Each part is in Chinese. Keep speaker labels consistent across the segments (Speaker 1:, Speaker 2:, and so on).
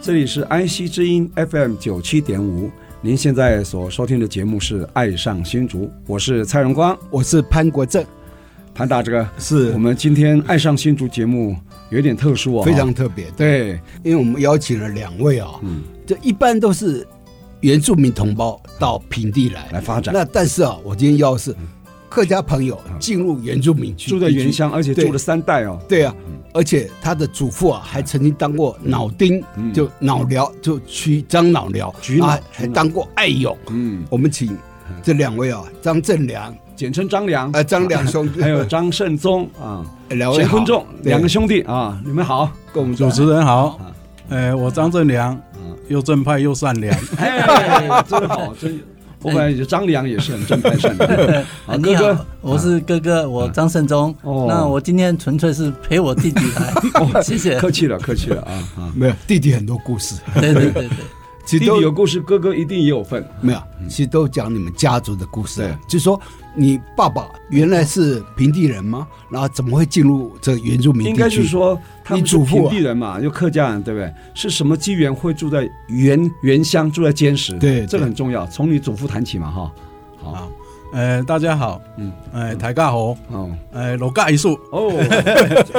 Speaker 1: 这里是 IC 之音 FM 九七点五，您现在所收听的节目是《爱上新竹》，我是蔡荣光，
Speaker 2: 我是潘国正，
Speaker 1: 潘大这个
Speaker 2: 是
Speaker 1: 我们今天《爱上新竹》节目有点特殊哦，
Speaker 2: 非常特别的，
Speaker 1: 对，
Speaker 2: 因为我们邀请了两位啊、
Speaker 1: 嗯，
Speaker 2: 这一般都是原住民同胞到平地来，
Speaker 1: 来发展，嗯
Speaker 2: 那但是啊，我今天要是客家朋友进入原住民区，
Speaker 1: 住在原，乡，而且
Speaker 2: 对
Speaker 1: 住了三代哦，
Speaker 2: 对啊，而且他的祖父啊，还曾经当过脑丁，
Speaker 1: 嗯
Speaker 2: 就脑寮，就区张脑寮，
Speaker 1: 局脑
Speaker 2: 啊
Speaker 1: 局
Speaker 2: 还
Speaker 1: 脑
Speaker 2: 当过爱勇。
Speaker 1: 嗯，
Speaker 2: 我们请这两位啊，张正良
Speaker 1: 简称张良
Speaker 2: 啊，张良兄，
Speaker 1: 还有张胜宗啊，
Speaker 2: 两位
Speaker 1: 乾
Speaker 2: 好
Speaker 1: 坤仲
Speaker 2: 对
Speaker 1: 两个兄弟啊，你们 好，跟我们
Speaker 3: 主持人好
Speaker 1: 啊，
Speaker 3: 呃，我张正良
Speaker 1: 嗯，
Speaker 3: 又正派又善 良，
Speaker 1: 哎，真好， 真。我本来以为张良也是很正派善良的， 好
Speaker 4: 你
Speaker 1: 哥
Speaker 4: 好，
Speaker 1: 哥，
Speaker 4: 我是哥哥，我张胜忠。
Speaker 1: 哦
Speaker 4: 那我今天纯粹是陪我弟弟 来， 谢谢。
Speaker 1: 客气了，客气了啊啊！
Speaker 2: 没有弟弟很多故事，
Speaker 4: 对对 对对，
Speaker 2: 其
Speaker 1: 弟弟
Speaker 2: 实都
Speaker 1: 有故事，哥哥一定也有份。
Speaker 2: 没有，其实都讲你们家族的故事
Speaker 1: 嗯
Speaker 2: 啊
Speaker 1: 对。
Speaker 2: 就说你爸爸原来是平地人吗？然后怎么会进入这原住民地区？
Speaker 1: 应该是说他们
Speaker 2: 你
Speaker 1: 是
Speaker 2: 祖父
Speaker 1: 平
Speaker 2: 啊
Speaker 1: 地人嘛，又客家人，对不对？是什么机缘会住在原原乡，住在坚石？
Speaker 2: 对对
Speaker 1: 这个很重要。从你祖父谈起嘛，哈。好，
Speaker 3: 好，呃，大家好，
Speaker 1: 嗯
Speaker 3: 嗯，呃，台尬侯，
Speaker 1: 哦
Speaker 3: 呃，楼尬一树，
Speaker 1: 哦，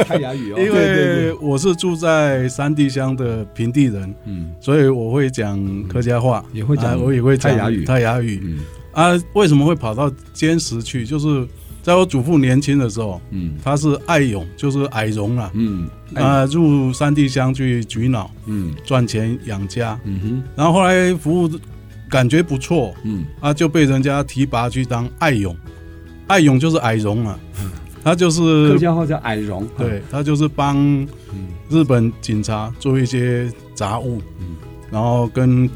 Speaker 1: 泰雅语
Speaker 3: 因
Speaker 1: 哦，
Speaker 3: 为我是住在山地乡的平地人，
Speaker 1: 嗯
Speaker 3: 所以我会讲客家话，
Speaker 1: 也会讲
Speaker 3: 啊我也会讲
Speaker 1: 泰雅语
Speaker 3: 泰雅语
Speaker 1: 嗯
Speaker 3: 啊。为什么会跑到坚石去？就是在我祖父年轻的时候，
Speaker 1: 嗯
Speaker 3: 他是爱勇，就是矮荣啊，
Speaker 1: 嗯
Speaker 3: 啊，入山地乡去举脑
Speaker 1: 嗯
Speaker 3: 赚钱养家，
Speaker 1: 嗯哼
Speaker 3: 然后后来服务感觉不错，
Speaker 1: 嗯
Speaker 3: 啊，就被人家提拔去当爱勇，爱勇就是矮荣啊，
Speaker 1: 嗯
Speaker 3: 他就
Speaker 1: 客
Speaker 3: 是
Speaker 1: 家话叫矮绒，
Speaker 3: 对他就是帮
Speaker 1: 嗯
Speaker 3: 日本警察做一些杂物，
Speaker 1: 嗯
Speaker 3: 然后跟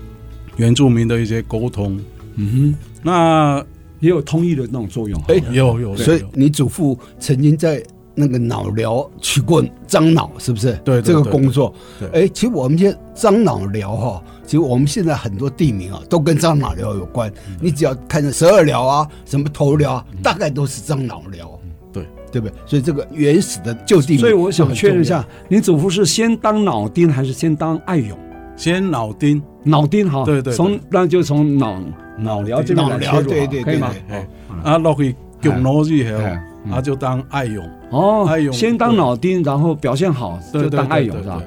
Speaker 3: 原住民的一些沟通，
Speaker 1: 嗯
Speaker 3: 那
Speaker 1: 哼，也有通译的那种作用。
Speaker 2: 哎
Speaker 3: 有有
Speaker 2: 所以
Speaker 3: 有
Speaker 2: 你祖父曾经在那个脑寮取过樟脑，是不是？
Speaker 3: 对对
Speaker 2: 这个
Speaker 3: 对
Speaker 2: 工作。
Speaker 3: 对对
Speaker 2: 哎，其实我们现在樟脑寮哈，其实我们现在很多地名啊都跟樟脑寮有关。
Speaker 1: 嗯
Speaker 2: 你只要看着十二寮啊，什么头寮啊，大概都是樟脑寮。
Speaker 3: 对
Speaker 2: 对不对？所以这个原始的旧地名，
Speaker 1: 嗯所以我想确认一下，，您祖父是先当脑丁还是先当爱勇？
Speaker 3: 先脑丁，
Speaker 1: 脑丁哈，
Speaker 3: 对对对
Speaker 1: 从那就从脑脑寮这边来
Speaker 2: 脑
Speaker 1: 切入
Speaker 2: 寮，
Speaker 1: 哈，
Speaker 2: 对对对，
Speaker 1: 可以吗？
Speaker 2: 对对
Speaker 3: 啊落去囧罗去后
Speaker 1: 哎，
Speaker 3: 他就当爱勇，
Speaker 1: 哦
Speaker 3: 爱，勇
Speaker 1: 先当脑丁，然后表现好
Speaker 3: 对
Speaker 1: 就
Speaker 3: 对
Speaker 1: 当爱
Speaker 3: 对
Speaker 1: 勇
Speaker 3: 对
Speaker 1: 是
Speaker 3: 对
Speaker 1: 吧？。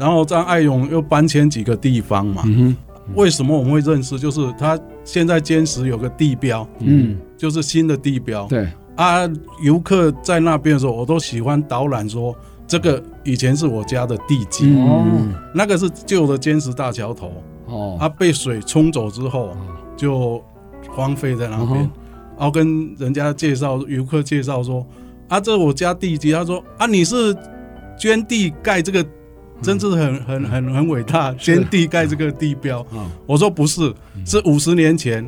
Speaker 3: 然后张爱勇又搬迁几个地方嘛，
Speaker 1: 嗯
Speaker 3: 为什么我们会认识？就是他现在坚持有个地标，
Speaker 1: 哼，嗯，
Speaker 3: 就是新的地标，
Speaker 1: 对，
Speaker 3: 啊，游客在那边的时候，我都喜欢导览说，这个以前是我家的地基，
Speaker 1: 哦
Speaker 3: 那个是旧的坚石大桥头，它、
Speaker 1: 哦，
Speaker 3: 被水冲走之后就荒废在那边，
Speaker 1: 嗯
Speaker 3: 然后跟人家介绍游客介绍说，啊，这我家地基，他说啊，你是捐地盖这个。
Speaker 1: 嗯
Speaker 3: 真是很很很很伟大，捐地盖这个地标。
Speaker 1: 嗯
Speaker 3: 我说不是，是五十年前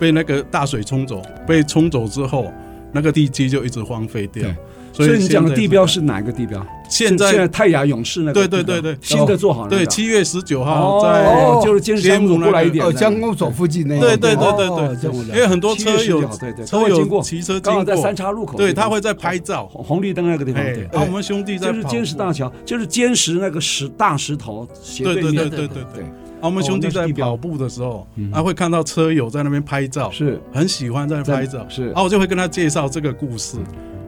Speaker 3: 被那个大水冲走，
Speaker 1: 嗯
Speaker 3: 被冲走之后，那个地基就一直荒废掉
Speaker 1: 对。所以你讲的地标是哪个地标？
Speaker 3: 现在
Speaker 1: 现在
Speaker 3: 是
Speaker 1: 泰雅勇士那个地
Speaker 3: 对
Speaker 1: 标，
Speaker 3: 对对对
Speaker 1: 新的做好了，
Speaker 3: 对七月十九号
Speaker 1: 哦
Speaker 3: 在，
Speaker 1: 就是坚持
Speaker 3: 天母
Speaker 1: 乡过来一
Speaker 3: 那个
Speaker 1: 点
Speaker 2: 哦，
Speaker 1: 的，
Speaker 2: 江公所附近那
Speaker 3: 对对对对
Speaker 1: 哦
Speaker 3: 对
Speaker 1: 这样
Speaker 3: 对，
Speaker 1: 子
Speaker 3: 因为很多车
Speaker 1: 7月
Speaker 3: 友
Speaker 1: 19对对都
Speaker 3: 车
Speaker 1: 会经过
Speaker 3: 友骑车
Speaker 1: 刚好
Speaker 3: 经
Speaker 1: 在三
Speaker 3: 过，
Speaker 1: 岔路口，
Speaker 3: 对他会在拍照。
Speaker 1: 红红绿灯那个地方，
Speaker 3: 哎
Speaker 1: 对，，
Speaker 3: 啊，我们兄弟在
Speaker 1: 就是
Speaker 3: 跑
Speaker 1: 坚石
Speaker 3: 步
Speaker 1: 大桥，就是坚石那个石大石头斜
Speaker 3: 对对
Speaker 1: 面
Speaker 3: 对
Speaker 1: 的，
Speaker 3: 对对对，啊，我们
Speaker 1: 哦
Speaker 3: 兄弟
Speaker 1: 那是
Speaker 3: 在
Speaker 1: 地标
Speaker 3: 跑步的时候
Speaker 1: 嗯，
Speaker 3: 他会看到车友在那边拍照，
Speaker 1: 是
Speaker 3: 很喜欢在拍照，
Speaker 1: 是嗯
Speaker 3: 啊，我就会跟他介绍这个故事，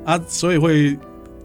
Speaker 3: 啊，所以会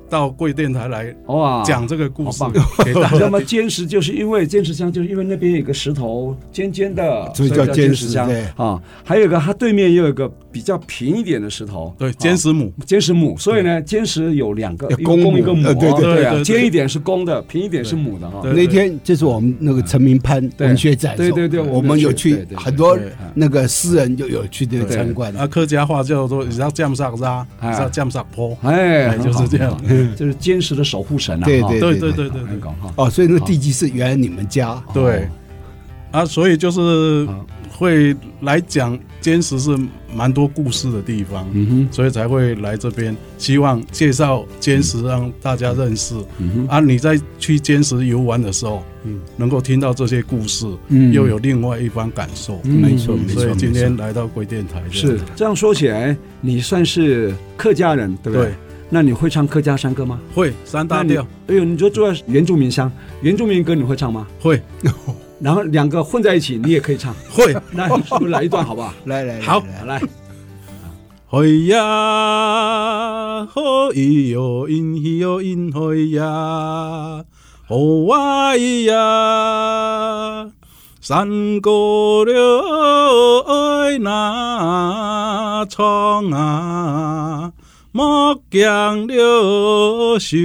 Speaker 3: 到贵电台来
Speaker 1: 哇，
Speaker 3: 讲这个故事
Speaker 1: 好棒
Speaker 3: 给大
Speaker 1: 那
Speaker 3: 家
Speaker 1: 么
Speaker 3: 听。
Speaker 1: 坚石就是因为坚石乡，就是因为那边有一个石头尖尖的，
Speaker 2: 所以叫
Speaker 1: 坚
Speaker 2: 尖
Speaker 1: 石
Speaker 2: 石
Speaker 1: 乡
Speaker 2: 对
Speaker 1: 啊。还有一个，它对面也有一个比较平一点的石头，
Speaker 3: 对，坚
Speaker 1: 啊
Speaker 3: 石母，
Speaker 1: 坚石母，所以呢，坚石有两个，
Speaker 2: 有
Speaker 1: 一个公
Speaker 2: 公
Speaker 1: 一个
Speaker 2: 母
Speaker 1: 母，
Speaker 2: 呃对对
Speaker 3: 对
Speaker 1: 啊，
Speaker 3: 对对
Speaker 1: 尖一点是公的，平一点是母的啊哈。
Speaker 3: 对
Speaker 2: 那天就是我们那个陈明潘
Speaker 1: 对
Speaker 2: 文学展的时候，
Speaker 1: 对对对我
Speaker 2: 我
Speaker 1: 们
Speaker 2: 们
Speaker 1: 有
Speaker 2: 有
Speaker 1: 去对
Speaker 2: 去
Speaker 1: 对对
Speaker 2: 很多
Speaker 3: 对
Speaker 2: 那个诗人就有去那个
Speaker 1: 对
Speaker 2: 参观
Speaker 3: 啊，客家话叫做“你要降上沙，你
Speaker 1: 哎
Speaker 3: 要降上坡
Speaker 1: 哎，
Speaker 3: 哎
Speaker 1: 很
Speaker 3: 就是
Speaker 1: 好
Speaker 3: 这样，
Speaker 1: 很好就是坚石的守护神啊。
Speaker 2: 对
Speaker 1: 哈
Speaker 2: 对”。
Speaker 3: 对对对对
Speaker 1: 很啊
Speaker 3: 对
Speaker 1: 搞哈。
Speaker 2: 哦，所以那个地基是原来你们家
Speaker 3: 对。哦啊，所以就是会来讲坚石是蛮多故事的地方，
Speaker 1: 嗯
Speaker 3: 所以才会来这边，希望介绍坚石让大家认识。
Speaker 1: 哼，嗯哼，
Speaker 3: 啊，你在去坚石游玩的时候，
Speaker 1: 嗯
Speaker 3: 能够听到这些故事，
Speaker 1: 嗯
Speaker 3: 又有另外一番感受。
Speaker 1: 嗯
Speaker 2: 没错没错
Speaker 3: 所以今
Speaker 2: 没
Speaker 3: 天来到贵电台这样
Speaker 1: 是这样说起来，你算是客家人，对不
Speaker 3: 对
Speaker 1: 对？，那你会唱客家山歌吗？
Speaker 3: 会三大调
Speaker 1: 哎呦，你就住在原住民乡，原住民歌你会唱吗？
Speaker 3: 会
Speaker 1: 然后两个混在一起，你也可以 唱。
Speaker 3: 会。
Speaker 1: 那你是不是来一段好不好？
Speaker 2: 来来来
Speaker 3: 好
Speaker 2: 来
Speaker 1: 好来，
Speaker 3: 嘿呀，好咿哟因咿哟因嘿呀，好哇咿呀，山歌了爱那唱啊，莫讲了修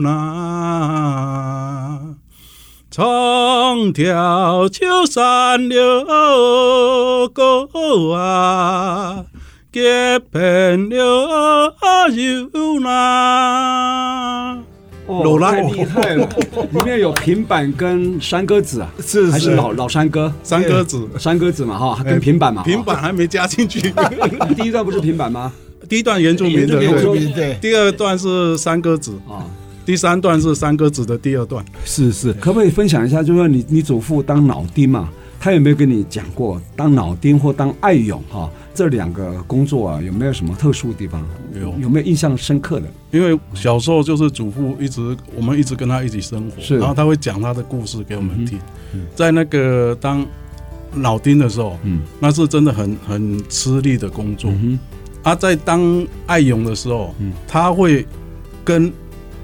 Speaker 3: 那。长条秋山柳歌啊，结伴了游呐。
Speaker 1: 哦，太厉害了！里面有平板跟山歌子啊，
Speaker 3: 是
Speaker 1: 还是老老山歌？
Speaker 3: 三鸽子，
Speaker 1: 山歌子嘛哈，跟平板嘛。
Speaker 3: 平板还没加进去。
Speaker 1: 哈 第一段不是平板吗？
Speaker 3: 第一段原住民的
Speaker 1: 原住
Speaker 3: 对，
Speaker 1: 民
Speaker 2: 对，
Speaker 3: 第二段是三鸽子，
Speaker 1: 啊，
Speaker 3: 第三段是三鸽子的第二段。
Speaker 2: 是是，
Speaker 1: 可不可以分享一下？就是说你你祖父当老丁嘛，他有没有跟你讲过当老丁或当爱勇哈、这两个工作啊，有没有什么特殊的地方？
Speaker 3: 有
Speaker 1: 有没有印象深刻的？
Speaker 3: 因为小时候就是祖父一直我们一直跟他一起生活，
Speaker 1: 是嗯
Speaker 3: 然后他会讲他的故事给我们听。在那个当老丁的时候，
Speaker 1: 嗯
Speaker 3: 那是真的很很吃力的工作。
Speaker 1: 嗯
Speaker 3: 啊，在当爱勇的时候，
Speaker 1: 嗯
Speaker 3: 他会跟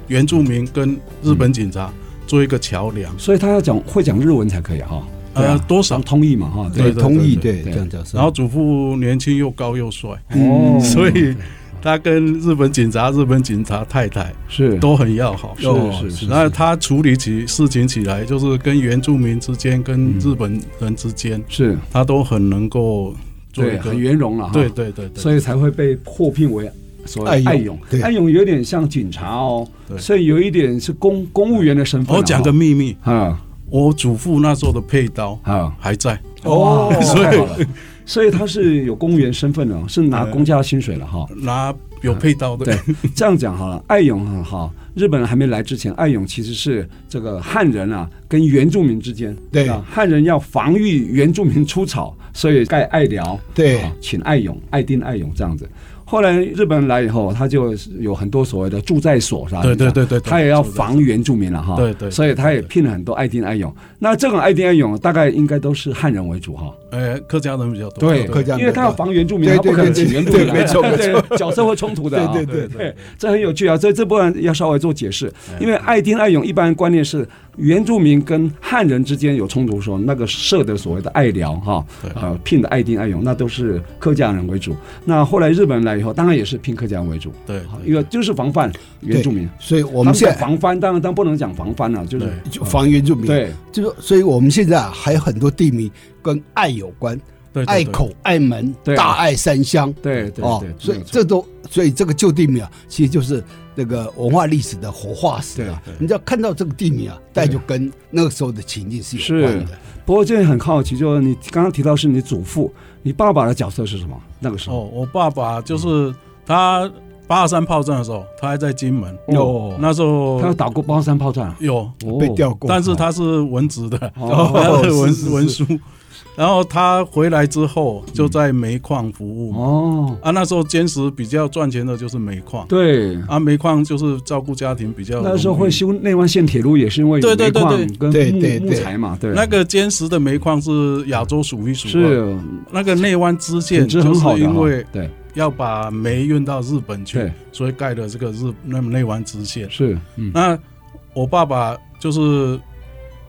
Speaker 3: 原住民跟日本警察做一个桥梁
Speaker 1: 哼，，所以他要讲会讲日文才可以哈、嗯对
Speaker 3: 呃
Speaker 1: 啊，，
Speaker 3: 多少
Speaker 1: 讲通译嘛哈、
Speaker 3: 对
Speaker 2: 对
Speaker 3: 对
Speaker 2: 同意
Speaker 3: 对
Speaker 2: 对
Speaker 1: 对
Speaker 2: 这样讲是。
Speaker 3: 然后祖父年轻又高又帅，
Speaker 1: 哦
Speaker 3: 所以他跟日本警察、日本警察太太
Speaker 1: 是
Speaker 3: 都很要好。
Speaker 1: 是
Speaker 3: 哦
Speaker 1: 是是
Speaker 3: 那他处理起事情起来，就是跟原住民之间、跟日本人之间，
Speaker 1: 是，
Speaker 3: 他都很能够做一
Speaker 1: 对，
Speaker 3: 个
Speaker 1: 很圆融了哈。
Speaker 3: 对对对对，
Speaker 1: 所以才会被获聘为所谓
Speaker 2: 爱
Speaker 1: 爱勇
Speaker 2: 勇。对
Speaker 1: 爱勇有点像警察哦，
Speaker 3: 对
Speaker 1: 所以有一点是公公务员的身份啊。
Speaker 3: 我讲个秘密，
Speaker 1: 啊
Speaker 3: 我祖父那时候的配刀
Speaker 1: 啊
Speaker 3: 还在，
Speaker 1: 哦，
Speaker 3: 所以
Speaker 1: 太好了所以他是有公务员身份的，哦是拿公家薪水了哈。
Speaker 3: 拿有配刀的
Speaker 1: 对， 这样讲好了，爱勇很好。日本人还没来之前，爱勇其实是这个汉人啊跟原住民之间，
Speaker 2: 对
Speaker 1: 啊，汉人要防御原住民出草，所以盖爱寮，
Speaker 2: 对
Speaker 1: 啊请爱勇、爱丁、爱勇这样子。后来日本人来以后，他就有很多所谓的住在所是吧？
Speaker 3: 对对对对对
Speaker 1: 他也要防原住民了哈，
Speaker 3: 对对
Speaker 1: 所以他也聘了很多爱丁、爱勇。那这种爱丁、爱勇大概应该都是汉人为主哈，
Speaker 3: 呃，客家人比较多，
Speaker 1: 对，
Speaker 2: 客家人
Speaker 1: 因为他要防原住民，
Speaker 2: 对
Speaker 1: 他不可能
Speaker 2: 对
Speaker 1: 请
Speaker 2: 对对
Speaker 1: 原住民来，
Speaker 2: 对没错没
Speaker 1: 错，角色会冲突的啊，
Speaker 2: 对对对对哎
Speaker 1: 对，这很有趣啊，这这部分要稍微做解释，因为爱丁爱勇一般观念是原住民跟汉人之间有冲突的时候，那个设的所谓的爱寮哈，呃，聘的爱丁爱勇那都是客家人为主，那后来日本人来以后，当然也是聘客家人为主，
Speaker 3: 对对
Speaker 1: 因为就是防范原住民，
Speaker 2: 所以我们现
Speaker 1: 他讲
Speaker 2: 在
Speaker 1: 防范，当然但不能讲防范了，就是
Speaker 3: 对
Speaker 2: 就防原住民，
Speaker 1: 对，
Speaker 2: 就是所以我们现在啊还有很多地名跟爱有关，
Speaker 3: 对对
Speaker 2: 爱
Speaker 3: 对
Speaker 2: 口、爱门
Speaker 1: 对、
Speaker 2: 大爱三乡，
Speaker 1: 对对
Speaker 2: 哦
Speaker 1: 对，，
Speaker 2: 所
Speaker 1: 没
Speaker 2: 以
Speaker 1: 有错
Speaker 2: 这都，所以这个旧地名啊，其实就是那个文化历史的活化石啊
Speaker 3: 对对。
Speaker 2: 你只要看到这个地名啊，大家就跟那个时候的情境是有
Speaker 1: 是
Speaker 2: 关的。，
Speaker 1: 不过这里很好奇，就是你刚刚提到是你祖父，你爸爸的角色是什么？那个时
Speaker 3: 哦
Speaker 1: 候，
Speaker 3: 我爸爸就是他八二三炮战的时候，他还在金门，
Speaker 1: 哦
Speaker 3: 那时候
Speaker 1: 他有打过八三炮战啊，
Speaker 3: 有，
Speaker 1: 哦
Speaker 2: 被调过，
Speaker 3: 但是他是文职的，
Speaker 1: 哦
Speaker 3: 他是文
Speaker 2: 是是是
Speaker 3: 文书，然后他回来之后就在煤矿服务嘛，
Speaker 1: 哦，
Speaker 3: 啊，那时候坚持比较赚钱的就是煤矿，
Speaker 1: 对，
Speaker 3: 啊，煤矿就是照顾家庭比较容易。
Speaker 1: 那时候会修内湾线铁路也是因为有
Speaker 3: 对对
Speaker 1: 煤
Speaker 3: 对
Speaker 1: 矿
Speaker 3: 对
Speaker 1: 跟
Speaker 2: 对
Speaker 1: 木
Speaker 2: 对
Speaker 1: 木
Speaker 2: 对
Speaker 1: 材嘛，对，
Speaker 3: 那个坚实的煤矿是亚洲数一数二，
Speaker 1: 是
Speaker 3: 那个内湾支
Speaker 1: 品
Speaker 3: 线
Speaker 1: 质
Speaker 3: 就
Speaker 1: 很好
Speaker 3: 是
Speaker 1: 的哈，啊
Speaker 3: 因为
Speaker 1: 对
Speaker 3: 要把煤运到日本去
Speaker 1: 对，
Speaker 3: 所以盖了这个日那么内湾支线。
Speaker 1: 是，嗯，
Speaker 3: 那我爸爸就是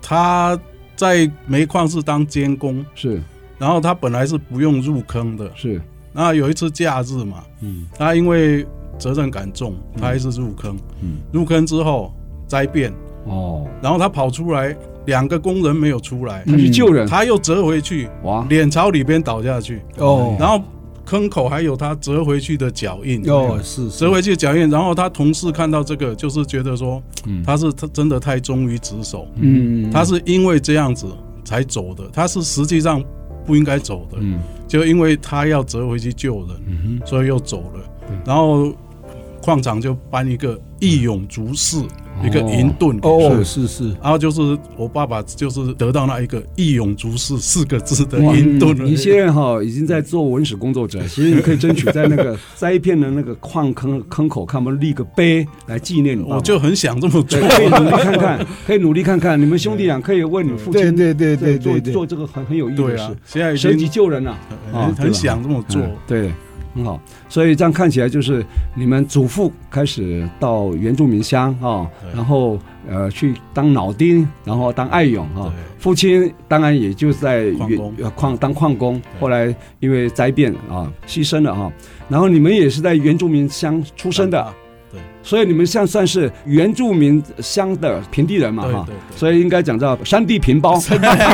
Speaker 3: 他在煤矿是当监工，
Speaker 1: 是
Speaker 3: 然后他本来是不用入坑的。
Speaker 1: 是，
Speaker 3: 那有一次假日嘛，
Speaker 1: 嗯
Speaker 3: 他因为责任感重，他还是入坑。
Speaker 1: 嗯，
Speaker 3: 入坑之后灾变，
Speaker 1: 哦，
Speaker 3: 然后他跑出来，两个工人没有出来，
Speaker 1: 他去救人，
Speaker 3: 他又折回去，
Speaker 1: 哇，
Speaker 3: 脸朝里边倒下去，
Speaker 2: 哦
Speaker 3: 然后坑口还有他折回去的脚印。
Speaker 2: 哦，是是
Speaker 3: 折回去的脚印，然后他同事看到这个，就是觉得说
Speaker 1: 嗯，
Speaker 3: 他是他真的太忠于职守，
Speaker 1: 嗯，
Speaker 3: 他是因为这样子才走的，他是实际上不应该走的，
Speaker 1: 嗯
Speaker 3: 就因为他要折回去救人，
Speaker 1: 嗯
Speaker 3: 所以又走了。然后矿场就颁一个义勇卒士，
Speaker 1: 嗯
Speaker 3: 一个银盾给他
Speaker 2: 哦，是是，
Speaker 3: 然后就是我爸爸，就是得到那一个“义勇足士”四个字的
Speaker 1: 哼，哇，
Speaker 3: 音盾而已。
Speaker 1: 你现在哈已经在做文史工作者，其实你可以争取在那个灾变的那个矿坑坑口，看我们立个碑来纪念你爸爸。
Speaker 3: 我 就很想这么做
Speaker 1: 对，，可以努力看看，可以努力看看，你们兄弟俩可以为你父
Speaker 2: 对
Speaker 1: 亲
Speaker 2: 对对对
Speaker 1: 做
Speaker 2: 对
Speaker 1: 做
Speaker 2: 对，
Speaker 1: 这个很很有意义
Speaker 3: 对
Speaker 1: 的
Speaker 3: 啊
Speaker 1: 事，，
Speaker 3: 现在已
Speaker 1: 舍己
Speaker 3: 经
Speaker 1: 救人啊。啊对
Speaker 3: 很
Speaker 1: 吧
Speaker 3: 很想这么做。
Speaker 1: 嗯对，很好。所以这样看起来就是你们祖父开始到原住民乡啊、
Speaker 3: 对
Speaker 1: 然后呃去当老丁，然后当爱勇啊、
Speaker 3: 对
Speaker 1: 父亲当然也就在
Speaker 3: 矿
Speaker 1: 原
Speaker 3: 工
Speaker 1: 呃矿当矿工，
Speaker 3: 对
Speaker 1: 后来因为灾变啊牺牲了啊。然后你们也是在原住民乡出生的，
Speaker 3: 对
Speaker 1: 所以你们像算是原住民乡的平地人嘛
Speaker 3: 对
Speaker 1: 哈。
Speaker 3: 对对，
Speaker 1: 所以应该讲叫山地平包，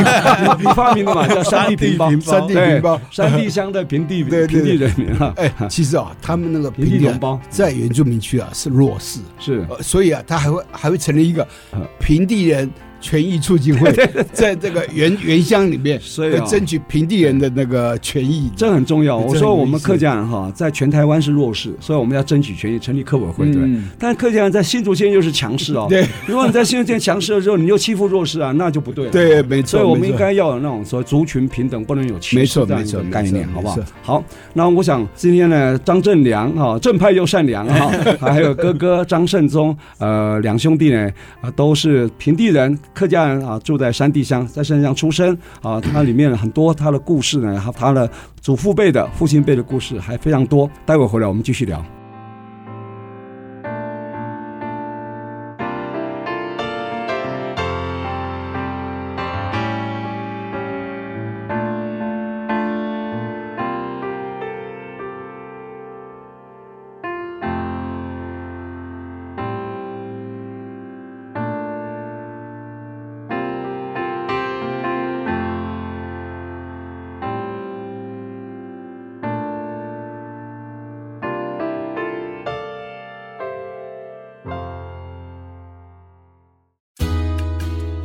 Speaker 1: 你发明的嘛叫山地平包，
Speaker 2: 山地
Speaker 1: 对
Speaker 2: 平包，
Speaker 1: 山地乡的平地
Speaker 2: 对对对
Speaker 1: 平地人民啊，
Speaker 2: 哎，其实啊，他们那个
Speaker 1: 平
Speaker 2: 平
Speaker 1: 地
Speaker 2: 地
Speaker 1: 同
Speaker 2: 啊
Speaker 1: 胞
Speaker 2: 在原住民区啊是弱势，
Speaker 1: 是
Speaker 2: 呃，所以啊，他还会还会成立一个
Speaker 1: 嗯
Speaker 2: 平地人权益促进会， 在这个原原乡里面，
Speaker 1: 所以啊
Speaker 2: 呃争取平地人的那个权益。
Speaker 1: 这很重要。
Speaker 2: 这很
Speaker 1: 我说我们客家人哈，在全台湾是弱势，所以我们要争取权益，成立客委会，对不对。
Speaker 2: 嗯
Speaker 1: 但客家人在新竹县又是强势哦。
Speaker 2: 对，
Speaker 1: 如果你在新竹县强势的时候，你又欺负弱势啊，那就不对了。
Speaker 2: 对，没错，
Speaker 1: 所以我们
Speaker 2: 没错
Speaker 1: 应该要有那种说族群平等，不能有歧
Speaker 2: 没
Speaker 1: 视
Speaker 2: 错
Speaker 1: 这样一
Speaker 2: 没
Speaker 1: 个
Speaker 2: 错
Speaker 1: 概念，
Speaker 2: 没错
Speaker 1: 好不好
Speaker 2: 没错？
Speaker 1: 好，那我想今天呢，张正良啊，正派又善良啊，还有哥哥张胜宗，呃，两兄弟呢啊，都是平地人，客家人啊，住在山地乡，在山上出生啊，它里面很多他的故事呢，他他的祖父辈的、父亲辈的故事还非常多。待会儿回来我们继续聊。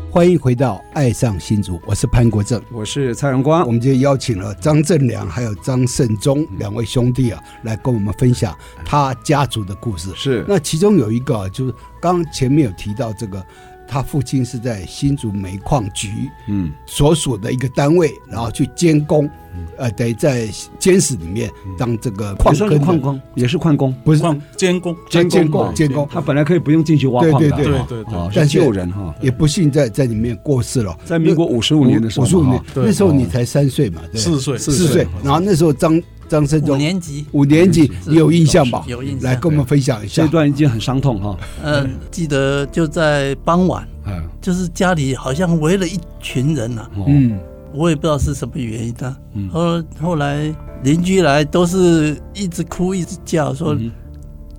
Speaker 2: 欢迎回到《爱上新竹》，我是潘国正。
Speaker 1: 我是蔡荣光
Speaker 2: 我，们今天邀请了张正良还有张胜忠
Speaker 1: 嗯
Speaker 2: 两位兄弟啊，来跟我们分享他家族的故事。
Speaker 1: 是
Speaker 2: 那其中有一个啊就是刚前面有提到这个，他父亲是在新竹煤矿局
Speaker 1: 嗯
Speaker 2: 所属的一个单位，然后去监工，呃，等于在监室里面
Speaker 1: 嗯
Speaker 2: 当这个矿
Speaker 1: 也算是
Speaker 2: 坑
Speaker 1: 矿
Speaker 2: 的，
Speaker 1: 工，也是矿工，
Speaker 2: 不是
Speaker 3: 矿监工，
Speaker 2: 监
Speaker 1: 监工啊
Speaker 2: 工监工，
Speaker 1: 他本来可以不用进去挖
Speaker 2: 对
Speaker 1: 矿的，
Speaker 2: 对
Speaker 3: 对
Speaker 1: 啊
Speaker 3: 对对
Speaker 1: 啊，
Speaker 2: 但
Speaker 1: 是
Speaker 2: 是
Speaker 1: 救人哈。
Speaker 2: 也不幸在在里面过世了。
Speaker 1: 在民国五十五年的时候嘛，
Speaker 2: 五十五年
Speaker 1: 哈，哦
Speaker 3: 对
Speaker 2: 那时候你才三岁嘛，对
Speaker 3: 四岁，
Speaker 2: 四岁，然后那时候张张胜
Speaker 4: 五
Speaker 2: 忠
Speaker 4: 年级，
Speaker 2: 五年级，
Speaker 4: 是
Speaker 2: 你有印象吧？
Speaker 4: 有印象
Speaker 2: 来跟我们分享一
Speaker 1: 这
Speaker 2: 下。
Speaker 1: 段已经很伤痛哈。
Speaker 4: 呃，记得就在傍晚，
Speaker 1: 嗯，
Speaker 4: 就是家里好像围了一群人啊，
Speaker 1: 哦
Speaker 2: 嗯，
Speaker 4: 我也不知道是什么原因的、
Speaker 1: 嗯
Speaker 4: 后后来邻居来都是一直哭一直叫，说
Speaker 1: 嗯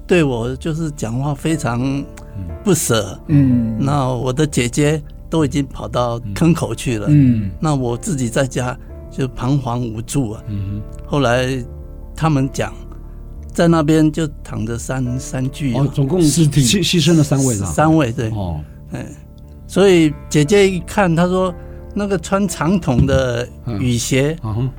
Speaker 4: 对我就是讲话非常不舍。
Speaker 2: 嗯
Speaker 4: 那我的姐姐都已经跑到坑口去了，
Speaker 2: 嗯
Speaker 4: 那我自己在家就彷徨无助啊。
Speaker 1: 嗯
Speaker 4: 后来他们讲，在那边就躺着三三具、
Speaker 1: 哼，
Speaker 4: 啊
Speaker 1: 哦，总共
Speaker 2: 尸体
Speaker 1: 牺牺牲了三位是吧？
Speaker 4: 三位对，
Speaker 1: 哦，
Speaker 4: 所以姐姐一看，她说那个穿长筒的雨鞋
Speaker 1: 啊哈，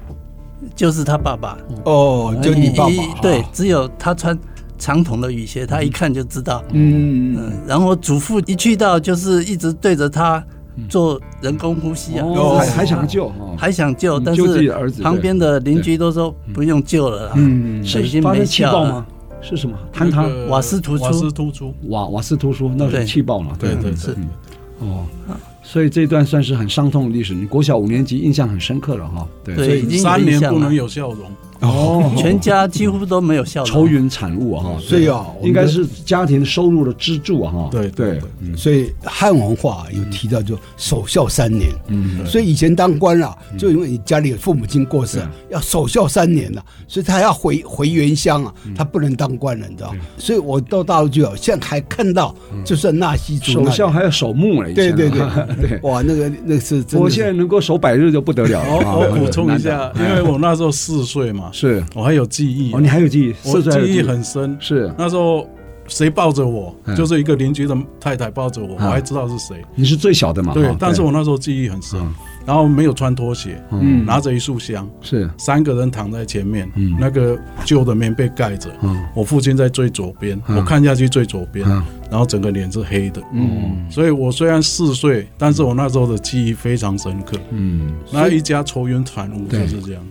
Speaker 4: 就是她爸爸。
Speaker 1: 嗯
Speaker 2: 哦，就你爸爸啊
Speaker 4: 对，，只有他穿长筒的雨鞋，他一看就知道。
Speaker 2: 嗯，
Speaker 4: 嗯，然后祖父一去到就是一直对着他做人工呼吸啊，
Speaker 1: 嗯哦，还
Speaker 4: 就是
Speaker 1: 还想救，哦
Speaker 4: 还想救，
Speaker 1: 嗯
Speaker 4: 但
Speaker 1: 救自己的
Speaker 4: 是
Speaker 1: 儿子，
Speaker 4: 旁边的邻居都说不用救了啦，
Speaker 2: 嗯
Speaker 1: 对
Speaker 4: 已
Speaker 1: 是
Speaker 4: 经
Speaker 1: 发
Speaker 4: 没
Speaker 1: 生气
Speaker 4: 效
Speaker 1: 爆
Speaker 4: 了
Speaker 1: 吗。？是什么？坍
Speaker 3: 那
Speaker 1: 塌？
Speaker 3: 个
Speaker 4: 瓦斯突出
Speaker 3: 瓦斯突出，
Speaker 1: 瓦瓦斯突出，那是
Speaker 4: 对
Speaker 1: 气爆嘛？
Speaker 3: 对对
Speaker 4: 是
Speaker 3: 对，
Speaker 1: 哦，所以这段算是很伤痛的历史。你国小五年级印象很深刻了哈。对
Speaker 4: 对
Speaker 3: 所
Speaker 4: 已
Speaker 3: 以
Speaker 4: 经有
Speaker 3: 三
Speaker 4: 印
Speaker 3: 年
Speaker 4: 象
Speaker 3: 不
Speaker 4: 了
Speaker 3: 能有笑容，
Speaker 1: 哦
Speaker 4: 全家几乎都没有效 劳
Speaker 1: 愁。云惨雾啊！哈，
Speaker 2: 所以啊，我们
Speaker 1: 应该
Speaker 2: 的
Speaker 1: 是家庭收入的支柱啊！哈，
Speaker 3: 对
Speaker 1: 对
Speaker 3: 对，
Speaker 2: 嗯所以汉文化有提到就守孝三年，嗯，所以以前当官啊，
Speaker 1: 嗯
Speaker 2: 就因为你家里父母亲过世啊，要守孝三年了、所以他要回回原乡啊，
Speaker 1: 嗯
Speaker 2: 他不能当官了，你知道？所以我到大陆去啊，现在还看到，就是纳西族
Speaker 1: 嗯守
Speaker 2: 那里
Speaker 1: 孝还要守墓了，以
Speaker 2: 对
Speaker 1: 前
Speaker 2: 对对
Speaker 1: 啊 对。
Speaker 2: 哇，那个那是真的是，
Speaker 1: 我现在能够守百日就不得了了。啊
Speaker 3: 我我哦补充一，
Speaker 1: 很
Speaker 3: 下
Speaker 1: 难，
Speaker 3: 因为我那时候四岁嘛
Speaker 1: 得，是
Speaker 3: 我还有记忆
Speaker 1: 哦，，你还有记忆，
Speaker 3: 我
Speaker 1: 四岁还有
Speaker 3: 记忆很深。
Speaker 1: 是，
Speaker 3: 那时候谁抱着我
Speaker 1: 嗯，
Speaker 3: 就是一个邻居的太太抱着我，我
Speaker 1: 啊
Speaker 3: 还知道是谁。
Speaker 1: 你是最小的嘛？
Speaker 3: 对
Speaker 1: 哈，
Speaker 3: 但是我那时候记忆很深
Speaker 1: 嗯，
Speaker 3: 然后没有穿拖鞋，
Speaker 1: 嗯
Speaker 3: 拿着一束香，
Speaker 1: 是
Speaker 3: 三个人躺在前面
Speaker 1: 嗯，
Speaker 3: 那个旧的棉被盖着，
Speaker 1: 嗯
Speaker 3: 我父亲在最左边，
Speaker 1: 嗯
Speaker 3: 我看下去最左边，
Speaker 1: 嗯
Speaker 3: 然后整个脸是黑的。
Speaker 1: 嗯
Speaker 3: 所以我虽然四岁，但是我那时候的记忆非常深刻。
Speaker 1: 嗯，
Speaker 3: 那一家愁云惨雾
Speaker 1: 对
Speaker 3: 就是这样。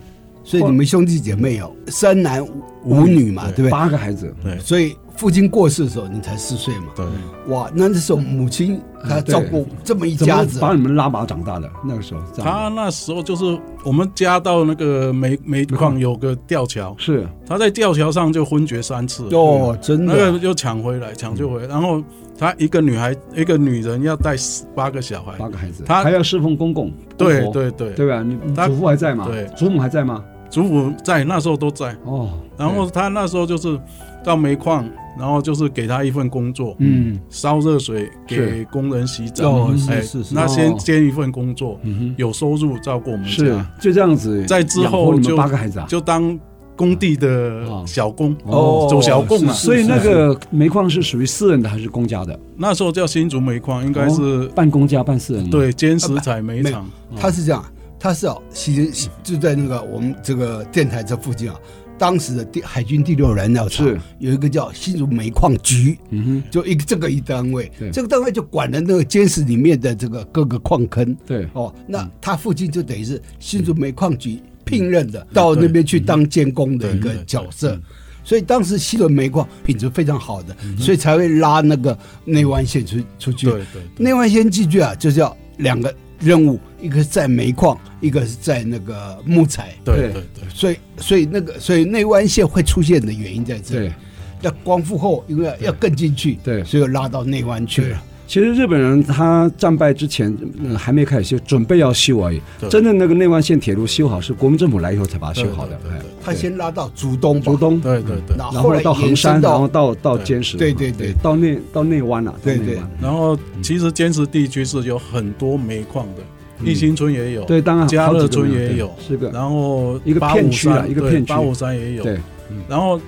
Speaker 2: 所以你们兄弟姐妹哦，三男五五女嘛，对不对？
Speaker 1: 八个孩子，
Speaker 3: 对
Speaker 2: 所以父亲过世的时候，你才四岁嘛，
Speaker 3: 对，
Speaker 2: 哇，那那时候母亲她照顾这么一
Speaker 1: 啊怎
Speaker 2: 家
Speaker 1: 么
Speaker 2: 子啊，
Speaker 1: 把你们拉拔长大的？那个时候，这样
Speaker 3: 他那时候就是我们家到那个煤煤矿有个吊桥，
Speaker 1: 是
Speaker 3: 他在吊桥上就昏厥三次，
Speaker 2: 哦，真
Speaker 3: 那
Speaker 2: 的
Speaker 3: 个又抢回
Speaker 1: 嗯
Speaker 3: 来，抢救回来。然后他一个女孩，一个女人要带十八个小孩
Speaker 1: 八，个孩子，
Speaker 3: 他
Speaker 1: 还要侍奉公公，
Speaker 3: 对
Speaker 1: 公婆
Speaker 3: 对对，
Speaker 1: 对吧？你你
Speaker 3: 他
Speaker 1: 祖父还在吗？
Speaker 3: 对
Speaker 1: 祖母还在吗？
Speaker 3: 祖母在那时候都在。
Speaker 1: 哦，
Speaker 3: 然后他那时候就是到煤矿，然后就是给他一份工作，
Speaker 1: 嗯
Speaker 3: 烧热水给
Speaker 1: 是
Speaker 3: 工人洗澡
Speaker 2: 哦，
Speaker 3: 哎
Speaker 2: 是是是
Speaker 3: 那
Speaker 1: 哦
Speaker 3: 先兼一份工作，
Speaker 1: 嗯
Speaker 3: 有收入照顾我们
Speaker 1: 哼，是
Speaker 3: 家，
Speaker 1: 就这样子，
Speaker 3: 在之
Speaker 1: 养活
Speaker 3: 后
Speaker 1: 你们
Speaker 3: 就
Speaker 1: 八个孩子啊，
Speaker 3: 就当工地的小工，
Speaker 1: 哦
Speaker 3: 走小工啊
Speaker 2: 是是
Speaker 1: 所以那个煤矿是属于私人的还是公家的？哦
Speaker 3: 那时候叫新竹煤矿，应该是
Speaker 1: 半公家半私人吗？
Speaker 3: 对尖石采煤
Speaker 1: 啊
Speaker 3: 厂，
Speaker 1: 嗯
Speaker 2: 他是这样，他是哦，其实就在那个我们这个电台这附近啊，当时的第海军第六燃料厂
Speaker 1: 是
Speaker 2: 有一个叫新竹煤矿局，
Speaker 1: 嗯
Speaker 2: 就一个这个一单位
Speaker 1: 对，
Speaker 2: 这个单位就管了那个监视里面的这个各个矿坑。
Speaker 1: 哼，对，嗯
Speaker 2: 哦，那他父亲就等于是新竹煤矿局聘任
Speaker 1: 嗯
Speaker 2: 的，到那边去当监工的一个角色。所以当时西轮煤矿品质非常好的，
Speaker 1: 嗯
Speaker 2: 所以才会拉那个内湾线出出去。
Speaker 3: 对对
Speaker 2: 内湾线进去啊，就是要两个任务，一个是在煤矿，一个是在那个木材。
Speaker 3: 对对对，
Speaker 2: 所以，所以那个，所以内湾线会出现的原因在这里
Speaker 1: 对。
Speaker 2: 那光复后，因为要更进去，
Speaker 1: 对
Speaker 2: 所以拉到内湾去了。
Speaker 1: 其实日本人他战败之前、嗯还没开始修，准备要修而已。
Speaker 3: 对
Speaker 1: 真正那个内湾线铁路修好是国民政府来以后才把它修好的。
Speaker 3: 对对对
Speaker 1: 哎
Speaker 2: 他先拉到竹东吧，
Speaker 1: 竹东，
Speaker 3: 对对对。
Speaker 2: 然
Speaker 1: 然
Speaker 2: 后后
Speaker 1: 后
Speaker 2: 来
Speaker 1: 到
Speaker 2: 延
Speaker 1: 横
Speaker 2: 伸
Speaker 1: 山，然
Speaker 2: 到
Speaker 1: 后到到
Speaker 3: 对
Speaker 1: 坚石，
Speaker 2: 对对对
Speaker 1: 到内到内湾啊，到
Speaker 2: 对
Speaker 1: 内
Speaker 2: 对
Speaker 1: 湾
Speaker 3: 然后其实尖石地区是有很多煤矿的，义兴村也有，
Speaker 1: 嗯对，当然
Speaker 3: 嘉
Speaker 1: 好几
Speaker 3: 乐
Speaker 1: 个
Speaker 3: 村
Speaker 1: 人
Speaker 3: 也
Speaker 1: 对
Speaker 3: 有
Speaker 1: 是个
Speaker 3: 然后
Speaker 1: 一个片区啦
Speaker 3: 853
Speaker 1: 一个片区
Speaker 3: 对八五三也有，
Speaker 1: 对，嗯
Speaker 3: 然后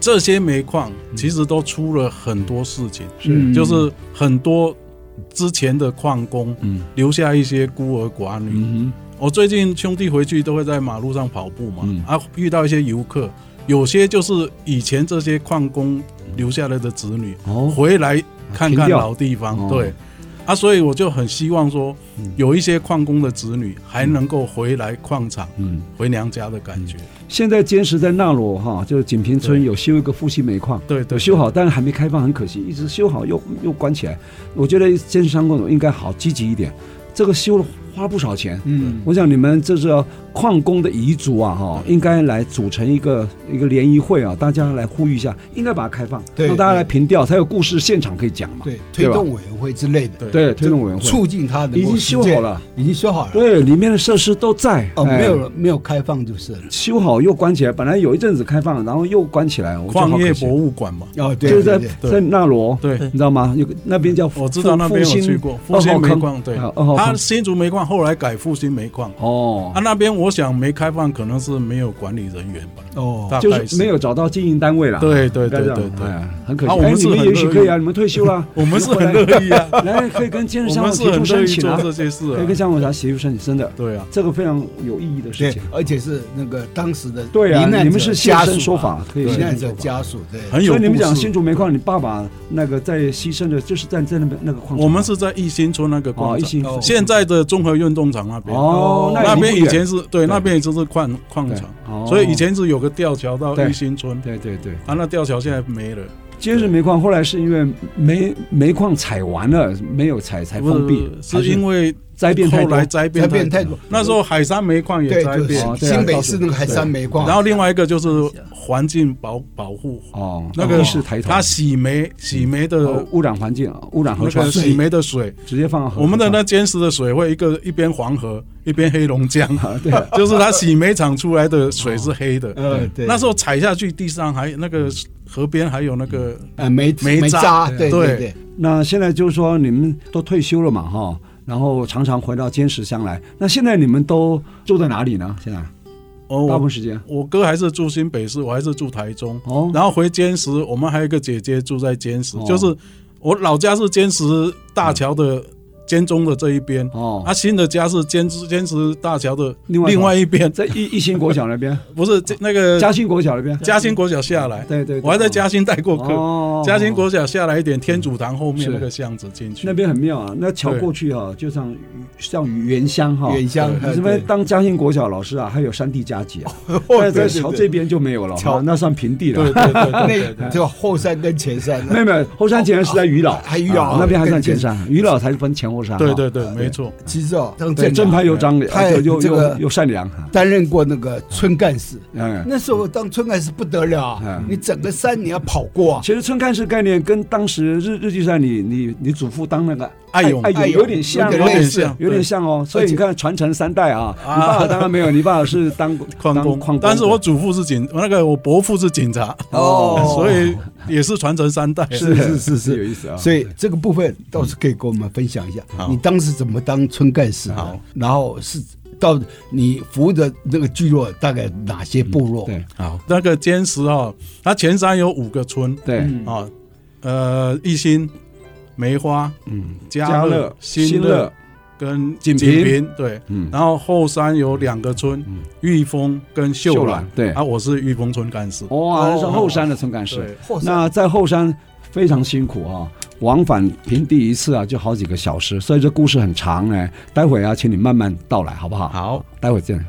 Speaker 3: 这些煤矿其实都出了很多事情，
Speaker 1: 是嗯
Speaker 3: 就是很多之前的矿工
Speaker 1: 嗯
Speaker 3: 留下一些孤儿寡女。
Speaker 1: 嗯
Speaker 3: 我最近兄弟回去都会在马路上跑步嘛，
Speaker 1: 嗯
Speaker 3: 啊，遇到一些游客，有些就是以前这些矿工留下来的子女，
Speaker 1: 哼，嗯哦，
Speaker 3: 回来看
Speaker 1: 停
Speaker 3: 看
Speaker 1: 掉
Speaker 3: 老地方，
Speaker 1: 哦嗯
Speaker 3: 对。啊，所以我就很希望说，有一些矿工的子女还能够回来矿场、
Speaker 1: 嗯。
Speaker 3: 回娘家的感觉。
Speaker 1: 现在坚石在纳罗哈，就是锦屏村
Speaker 3: 对
Speaker 1: 有修一个复兴煤矿，
Speaker 3: 对对
Speaker 1: 有修好，但是还没开放，很可惜，一直修好又又关起来。我觉得坚石商工总应该好积极一点，这个修了花不少钱。
Speaker 2: 嗯，
Speaker 1: 我想你们这是矿工的遗族啊，哈，应该来组成一个一个联谊会啊，大家来呼吁一下，应该把它开放，
Speaker 2: 对
Speaker 1: 让大家来评调，才有故事现场可以讲嘛。
Speaker 2: 对，推
Speaker 1: 对吧
Speaker 2: 动委员会之类的，
Speaker 3: 对
Speaker 1: 对，推动委员会
Speaker 2: 促进他的
Speaker 1: 已经修好，了，
Speaker 2: 已经修好了。
Speaker 1: 对，里面的设施都在，
Speaker 2: 哦，
Speaker 1: 哎
Speaker 2: 没有了，没有开放就是了。
Speaker 1: 修好又关起来，本来有一阵子开放，然后又关起来，我觉得好
Speaker 3: 矿
Speaker 1: 可
Speaker 3: 业
Speaker 1: 惜
Speaker 3: 博物馆嘛，
Speaker 2: 哦，对
Speaker 1: 就是
Speaker 2: 对
Speaker 1: 在
Speaker 2: 对，
Speaker 3: 对
Speaker 1: 在纳罗，
Speaker 3: 对
Speaker 1: 你知道吗？有个那边叫复
Speaker 3: 我知道那边有
Speaker 1: 复兴
Speaker 3: 去过
Speaker 1: 二
Speaker 3: 复
Speaker 1: 号
Speaker 3: 兴煤
Speaker 1: 坑
Speaker 3: 矿，对
Speaker 1: 啊二号，
Speaker 3: 他
Speaker 1: 坑
Speaker 3: 新竹煤矿后来改复兴煤矿，
Speaker 1: 哦
Speaker 3: 啊，，那边我想没开放，可能是没有管理人员吧，
Speaker 2: 哦，
Speaker 3: 大
Speaker 1: 就
Speaker 3: 概
Speaker 1: 是没。有找到经营单位了。
Speaker 3: 对对
Speaker 1: 应该
Speaker 3: 对
Speaker 1: 这样，
Speaker 3: 对对
Speaker 1: 哎，呀，很可惜。
Speaker 3: 啊我们
Speaker 1: 哎
Speaker 3: 是
Speaker 1: 你们
Speaker 3: 很
Speaker 1: 也许
Speaker 3: 乐
Speaker 1: 可以
Speaker 3: 意
Speaker 1: 啊，你们退休了，
Speaker 3: 我们是很
Speaker 1: 回来
Speaker 3: 乐意啊，
Speaker 1: 来可以跟健身商
Speaker 3: 我们
Speaker 1: 提
Speaker 3: 是
Speaker 1: 出
Speaker 3: 很乐
Speaker 1: 申
Speaker 3: 意
Speaker 1: 请
Speaker 3: 做
Speaker 1: 啊
Speaker 3: 这，些事
Speaker 1: 可以跟
Speaker 3: 啊。
Speaker 1: 香港茶协助申请，真的，
Speaker 3: 对啊，
Speaker 1: 这个非常有意义的事
Speaker 2: 对
Speaker 1: 情。，
Speaker 2: 而且是那个当时的
Speaker 1: 对啊
Speaker 2: 罹难
Speaker 1: 你
Speaker 2: 者
Speaker 1: 们是现
Speaker 2: 家
Speaker 1: 身
Speaker 2: 属
Speaker 1: 说
Speaker 2: 啊
Speaker 1: 法可以
Speaker 2: 罹
Speaker 1: 现
Speaker 2: 难
Speaker 1: 身
Speaker 2: 者
Speaker 1: 说法
Speaker 2: 家属对，
Speaker 3: 很有
Speaker 1: 所以你们
Speaker 3: 故
Speaker 1: 讲
Speaker 3: 事
Speaker 1: 新竹煤矿，你爸爸那个在牺牲的，就是在在那边那个矿场。
Speaker 3: 我们是在义兴村那个
Speaker 1: 哦，
Speaker 3: 广
Speaker 1: 一
Speaker 3: 场，
Speaker 1: 心
Speaker 2: 哦
Speaker 3: 现在的综合运动场那边。
Speaker 1: 哦，
Speaker 3: 那
Speaker 1: 也
Speaker 3: 边
Speaker 1: 不
Speaker 3: 以
Speaker 1: 远
Speaker 3: 前是对，那边也就是矿矿场，
Speaker 1: 哦
Speaker 3: 所以以前是有个吊桥到
Speaker 1: 对
Speaker 3: 义兴村，
Speaker 1: 对对对，
Speaker 3: 啊，那吊桥现在没了，
Speaker 1: 接着煤矿，后来是因为煤煤矿采完了没有采才
Speaker 3: 不
Speaker 1: 封闭
Speaker 3: 是，
Speaker 1: 还
Speaker 3: 是因为
Speaker 1: 灾变太
Speaker 3: 后
Speaker 1: 多
Speaker 3: 来灾变
Speaker 2: 才变
Speaker 3: 太
Speaker 2: 太多。
Speaker 3: 那时候海山煤矿也
Speaker 2: 对，
Speaker 3: 灾
Speaker 2: 就
Speaker 3: 变
Speaker 1: 哦，
Speaker 2: 是
Speaker 1: 对啊
Speaker 2: 新北市那个海山煤矿，
Speaker 3: 然后另外一个就是环境保保护，
Speaker 1: 哦，
Speaker 3: 那个
Speaker 1: 是抬头，
Speaker 3: 它洗煤洗煤
Speaker 1: 哦
Speaker 3: 的
Speaker 1: 污染环境，污染河
Speaker 3: 那
Speaker 1: 川
Speaker 3: 个，洗煤的水，
Speaker 1: 直接放到河川
Speaker 3: 我们的那坚实的水会一个一边黄河一边黑龙江，
Speaker 1: 啊对哦啊
Speaker 3: 就是它洗煤厂出来的水是黑的。
Speaker 2: 呃，对，
Speaker 3: 那时候踩下去，地上还那
Speaker 1: 嗯
Speaker 3: 个河边还有那个
Speaker 2: 呃煤
Speaker 3: 煤
Speaker 2: 煤
Speaker 3: 渣
Speaker 2: 渣，对
Speaker 3: 对
Speaker 2: 对，
Speaker 1: 那现在就是说你们都退休了嘛哈，然后常常回到坚石乡来。那现在你们都住在哪里呢？现在
Speaker 3: 哦，
Speaker 1: 大部
Speaker 3: 我
Speaker 1: 分时间
Speaker 3: 我哥还是住新北市，我还是住台中。
Speaker 1: 哦，
Speaker 3: 然后回坚石，我们还有一个姐姐住在坚石
Speaker 1: 哦，嗯
Speaker 3: 就是我老家是坚石大桥的尖中的这一边，
Speaker 1: 哦，
Speaker 3: 啊，新的家是坚持坚持大桥的
Speaker 1: 另外
Speaker 3: 另外一 边，
Speaker 1: 在一一心国小那边，
Speaker 3: 不是这那 个
Speaker 1: 嘉兴国小那边，
Speaker 3: 嘉兴国小下来，
Speaker 1: 对对，对
Speaker 3: 我还在嘉兴带过课。
Speaker 1: 哦
Speaker 3: 嘉兴国小下来一点，天主堂后面
Speaker 1: 是
Speaker 3: 那个巷子进去，
Speaker 1: 那边很妙啊，那桥
Speaker 3: 对
Speaker 1: 过去哈，就像像原乡哈。
Speaker 2: 原乡
Speaker 3: 对，
Speaker 2: 呃
Speaker 1: 什么
Speaker 2: 对
Speaker 1: 当嘉兴国小老师啊，还有山地佳节啊，
Speaker 2: 对
Speaker 1: 但在
Speaker 2: 对
Speaker 1: 桥
Speaker 2: 对
Speaker 1: 这边就没有了，
Speaker 2: 桥
Speaker 1: 哈那算平地了
Speaker 3: 对。对对对对
Speaker 2: 那就后山跟前山
Speaker 1: 没
Speaker 2: 了，
Speaker 1: 有没有，后山前是在渔老，
Speaker 2: 还渔老
Speaker 1: 啊那边还算前
Speaker 2: 对
Speaker 1: 山，渔老才是分前后山哈。
Speaker 3: 对对对，没错，
Speaker 2: 其实哦，张
Speaker 1: 对，
Speaker 2: 振
Speaker 1: 正
Speaker 2: 良
Speaker 1: 派又张良，
Speaker 2: 太
Speaker 1: 又又
Speaker 2: 这个
Speaker 1: 又又善良哈。
Speaker 2: 担任过那个村干事，
Speaker 1: 嗯，
Speaker 2: 那时候当村干事不得了啊
Speaker 1: 嗯，
Speaker 2: 你整个山你要跑过啊，
Speaker 1: 其实村干事概念跟当时日日据时代你你你祖父当那个
Speaker 3: 爱
Speaker 1: 勇
Speaker 3: 勇
Speaker 1: 爱有点像
Speaker 2: 有点
Speaker 3: 有
Speaker 1: 哦，
Speaker 2: 类
Speaker 3: 点
Speaker 2: 似
Speaker 3: 像，
Speaker 1: 有点像哦。所以你看传承三代啊，你
Speaker 3: 啊
Speaker 1: 爸爸当然没有，你爸爸是当
Speaker 3: 矿
Speaker 1: 当
Speaker 3: 工
Speaker 1: 矿工，
Speaker 3: 但是我祖父是警，那个我伯父是警察，
Speaker 2: 哦
Speaker 3: 所以也是传承三代。
Speaker 1: 是是 是
Speaker 2: 是
Speaker 1: 是有意思啊。
Speaker 2: 所以这个部分倒是可以跟我们分享一下，
Speaker 3: 好
Speaker 2: 你当时怎么当村干事的
Speaker 3: 好，
Speaker 2: 然后是到你服务的那个聚落大概哪些部
Speaker 1: 嗯
Speaker 2: 落？
Speaker 1: 对
Speaker 3: 好，那个坚石哈，它前山有五个村
Speaker 1: 对，
Speaker 2: 嗯，
Speaker 3: 啊，呃，一心、梅花、
Speaker 1: 嗯，
Speaker 3: 嘉乐、
Speaker 1: 新
Speaker 3: 新
Speaker 1: 乐
Speaker 3: 乐，跟
Speaker 1: 锦屏
Speaker 3: 屏，对。
Speaker 1: 嗯，
Speaker 3: 然后后山有两个村
Speaker 1: 嗯，
Speaker 3: 玉峰跟秀兰，
Speaker 1: 对，
Speaker 3: 啊，我是玉峰村干事。
Speaker 1: 哇，那是后山的村干事。
Speaker 3: 对，
Speaker 2: 后山
Speaker 1: 那在后山非常辛苦啊，往返平地一次啊就好几个小时，所以这故事很长哎。待会啊，请你慢慢道来，好不好？
Speaker 3: 好，
Speaker 1: 待会见。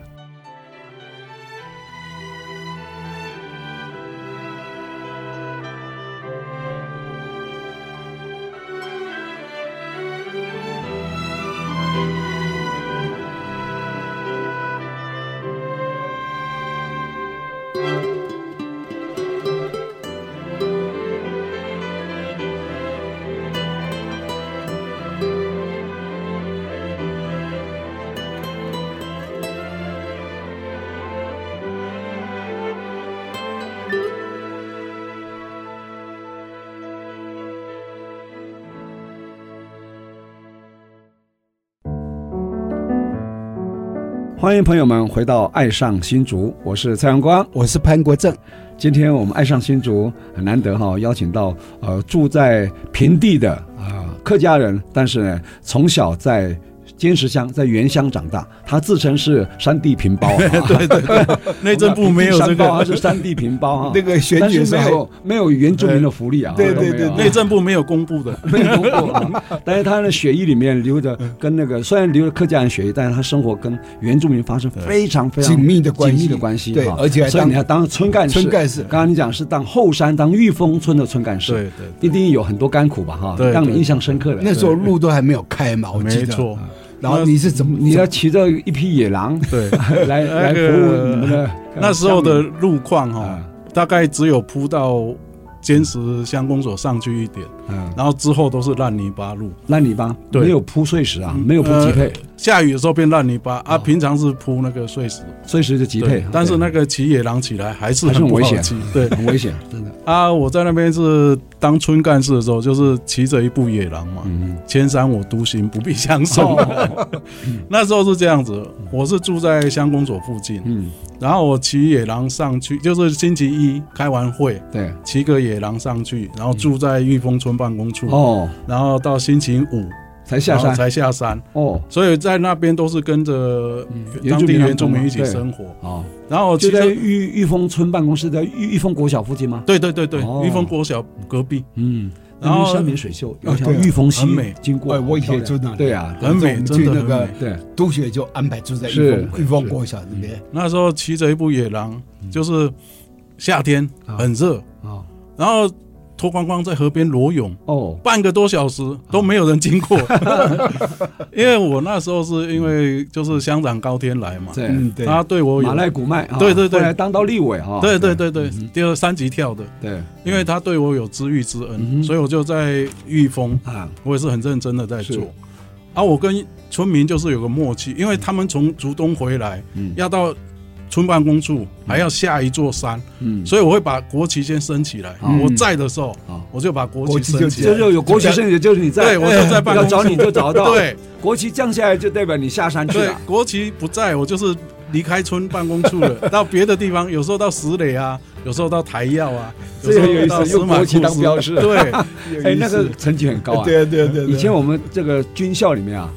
Speaker 1: 欢迎朋友们回到《爱上新竹》，我是蔡阳光。
Speaker 2: 我是潘国正，。
Speaker 1: 今天我们爱上新竹很难得哈、邀请到呃住在平地的啊、呃客家人，但是呢从小在坚石乡在原乡长大，他自称是山地平包、 啊，对对
Speaker 3: 内政部没有这
Speaker 1: 他
Speaker 3: 个，
Speaker 1: 是山地平包 啊
Speaker 2: 那个选
Speaker 1: 但
Speaker 2: 举
Speaker 1: 是
Speaker 2: 的时
Speaker 1: 没
Speaker 2: 候
Speaker 1: 有没有原住民的福利啊，
Speaker 2: 对对
Speaker 1: 都没有啊
Speaker 2: 对
Speaker 3: 内政部没有公布的。
Speaker 1: 没有工作啊，但是他的血液里面流着跟那个虽然流着客家人血液，但是他生活跟原住民发生非常非常
Speaker 2: 紧密的关系
Speaker 1: 紧密的关系，
Speaker 2: 对
Speaker 1: 哈
Speaker 2: 而且还
Speaker 1: 所以
Speaker 2: 当
Speaker 1: 你要当村干事，
Speaker 2: 村干事
Speaker 1: 刚刚你讲是当后山当玉峰村的村干事，
Speaker 3: 对对，
Speaker 1: 一定有很多甘苦吧哈，
Speaker 3: 对
Speaker 1: 让你
Speaker 3: 对
Speaker 1: 印象深刻的。
Speaker 2: 那时候路都还没有开嘛，我记
Speaker 3: 没
Speaker 2: 得。
Speaker 3: 错，
Speaker 2: 然后你是怎么？
Speaker 1: 你要骑着一匹野 狼
Speaker 3: 对。
Speaker 1: 来来
Speaker 3: 那
Speaker 1: 服
Speaker 3: 个
Speaker 1: 务你们的
Speaker 3: 那时候的路况哈、
Speaker 1: 啊，
Speaker 3: 大概只有铺到坚石乡公所上去一点，
Speaker 1: 嗯，
Speaker 3: 然后之后都是烂泥巴路，
Speaker 1: 烂泥巴
Speaker 3: 对
Speaker 1: 没有铺碎石啊，
Speaker 3: 嗯
Speaker 1: 没有铺
Speaker 2: 呃
Speaker 1: 脊配，
Speaker 3: 下雨的时候变烂泥巴啊，平常是铺那个碎石，
Speaker 1: 碎石就脊
Speaker 3: 对
Speaker 1: 配，
Speaker 3: 但是
Speaker 1: 对
Speaker 3: 那个骑野狼起来还是
Speaker 1: 还是很
Speaker 3: 很不
Speaker 1: 危
Speaker 3: 好
Speaker 1: 险
Speaker 3: 骑，对
Speaker 1: 很危险，真的，
Speaker 3: 啊，我在那边是当村干事的时候，就是骑着一部野狼嘛，
Speaker 1: 嗯。哦
Speaker 3: 千山我独行，不必相送。 那时候是这样子，我是住在乡公所附近，
Speaker 1: 嗯，
Speaker 3: 然后我骑野狼上去，就是星期一开完会，
Speaker 1: 对，
Speaker 3: 骑个野狼上去，然后住在玉峰村办公处，
Speaker 1: 哦，
Speaker 3: 然后到星期五
Speaker 1: 才下
Speaker 3: 然后
Speaker 1: 山，
Speaker 3: 嗯才下山，
Speaker 1: 哦，
Speaker 3: 所以在那边都是跟着
Speaker 1: 嗯原
Speaker 3: 当
Speaker 1: 住
Speaker 3: 地
Speaker 1: 民
Speaker 3: 原住民
Speaker 1: 同
Speaker 3: 一
Speaker 1: 胞
Speaker 3: 起
Speaker 1: 对
Speaker 3: 生活。
Speaker 1: 哦，
Speaker 3: 然后
Speaker 1: 就
Speaker 3: 其
Speaker 1: 在
Speaker 3: 实
Speaker 1: 玉玉峰村办公室，在玉玉峰国小附近吗？
Speaker 3: 对对对对
Speaker 1: 哦，
Speaker 3: 玉峰国小隔壁
Speaker 1: 嗯，
Speaker 3: 然
Speaker 1: 那边
Speaker 3: 后
Speaker 1: 山明水秀，有一条
Speaker 2: 对啊
Speaker 1: 玉峰溪
Speaker 3: 很美
Speaker 1: 经过，
Speaker 2: 哎我以前
Speaker 1: 很漂
Speaker 2: 住
Speaker 1: 亮
Speaker 2: 那里
Speaker 1: 对啊，
Speaker 3: 很美，
Speaker 2: 就
Speaker 3: 真的
Speaker 2: 那
Speaker 3: 很
Speaker 2: 个
Speaker 3: 美。
Speaker 1: 对，
Speaker 2: 督学就安排住在玉
Speaker 1: 是
Speaker 2: 峰玉峰国小这边，
Speaker 3: 那时候
Speaker 1: 嗯啊
Speaker 3: 骑着一部野狼，就是夏天很热，
Speaker 1: 哦，
Speaker 3: 然后脱光光在河边裸泳，
Speaker 1: 哦，
Speaker 3: 半个多小时都没有人经 过，因为我那时候是因为就是乡长高天来嘛，
Speaker 1: 对，
Speaker 2: 嗯，对，
Speaker 3: 他对我
Speaker 1: 马嗯
Speaker 3: 有，
Speaker 1: 赖古迈，啊
Speaker 3: 对对对
Speaker 1: 后来当到立委哈，
Speaker 3: 对对对对，第二三级跳的，
Speaker 1: 对
Speaker 3: 因为他对我有知遇之
Speaker 1: 嗯哼
Speaker 3: 恩，所以我就在玉峰，
Speaker 1: 啊，
Speaker 3: 我也是很认真的在
Speaker 1: 是
Speaker 3: 做。啊，我跟村民就是有个默契，因为他们从竹东回来，
Speaker 1: 嗯
Speaker 3: 要到村办公处，还要下一座山，
Speaker 1: 嗯，
Speaker 3: 所以我会把国旗先升起来。
Speaker 1: 嗯
Speaker 3: 我在的时候
Speaker 1: 好，
Speaker 3: 我就把国
Speaker 2: 国旗
Speaker 3: 旗
Speaker 2: 就
Speaker 3: 升起
Speaker 1: 这
Speaker 3: 来。
Speaker 1: 就有国旗升起，就是你在，
Speaker 3: 对，我就在办
Speaker 1: 要
Speaker 3: 公
Speaker 1: 找
Speaker 3: 室。
Speaker 1: 你就找到，，啊
Speaker 3: 对
Speaker 1: 国旗降下来就代表你下山去
Speaker 3: 对
Speaker 1: 了，，
Speaker 3: 国旗不在我就是离开村办公处 了，到别的地方，有时候到石垒啊，有时候到台药啊，有
Speaker 1: 这
Speaker 3: 时
Speaker 1: 很有
Speaker 3: 候
Speaker 1: 意
Speaker 3: 到
Speaker 1: 思，
Speaker 3: 司
Speaker 1: 用
Speaker 3: 马
Speaker 1: 国
Speaker 3: 库
Speaker 1: 旗当
Speaker 3: 斯。啊
Speaker 1: 标志，
Speaker 3: 对，
Speaker 1: 哎，那个成绩很高啊，
Speaker 2: 对啊对啊对啊，
Speaker 1: 以前我们这个军校里面啊，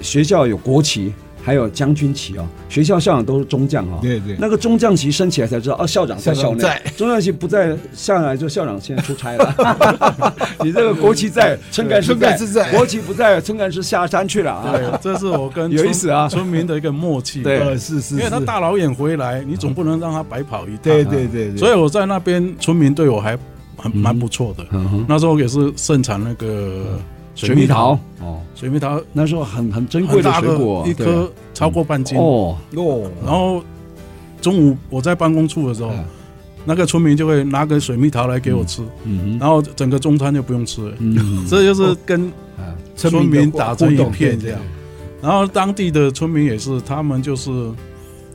Speaker 1: 学校有国旗，还有将军旗啊、学校校长都是中将啊、
Speaker 2: 对对
Speaker 1: 那个中将旗升起来才知道，哦，校长在
Speaker 2: 校
Speaker 1: 校
Speaker 2: 长
Speaker 1: 内，
Speaker 2: 在
Speaker 1: 中将旗不在，下来就校长现在出差了。你这个国旗在，撑杆是
Speaker 2: 撑杆是在
Speaker 1: 国旗不在，撑杆是下山去了啊。
Speaker 3: 对，这是我跟
Speaker 1: 有意思啊
Speaker 3: 村村民的一个默契。
Speaker 1: 对
Speaker 2: 呃是是
Speaker 3: 因为
Speaker 2: 是
Speaker 3: 他，大老远回来，你总不能让他白跑一趟。啊
Speaker 2: 对对对，以
Speaker 3: 所以我在那边村民对我还很蛮不错的。
Speaker 1: 嗯哼，
Speaker 3: 那时候也是盛产那个
Speaker 1: 水蜜桃，哦，
Speaker 3: 水蜜桃
Speaker 1: 那时候很很珍贵
Speaker 3: 很
Speaker 1: 的
Speaker 3: 大
Speaker 1: 水
Speaker 3: 个
Speaker 1: 果，，啊
Speaker 3: 一颗超过半斤
Speaker 1: 对。哦，
Speaker 2: 哦，
Speaker 3: 然后中午我在办公处的时候
Speaker 1: 嗯，
Speaker 3: 那个村民就会拿个水蜜桃来给我吃，
Speaker 1: 嗯哼，
Speaker 3: 然后整个中餐就不用吃了。
Speaker 1: 嗯，
Speaker 3: 这就是跟
Speaker 1: 啊
Speaker 3: 村
Speaker 2: 村民
Speaker 3: 民
Speaker 2: 的
Speaker 3: 打
Speaker 2: 互
Speaker 3: 成一
Speaker 2: 动
Speaker 3: 片
Speaker 2: 对
Speaker 3: 这样
Speaker 2: 对。
Speaker 3: 然后当地的村民也是，他们就是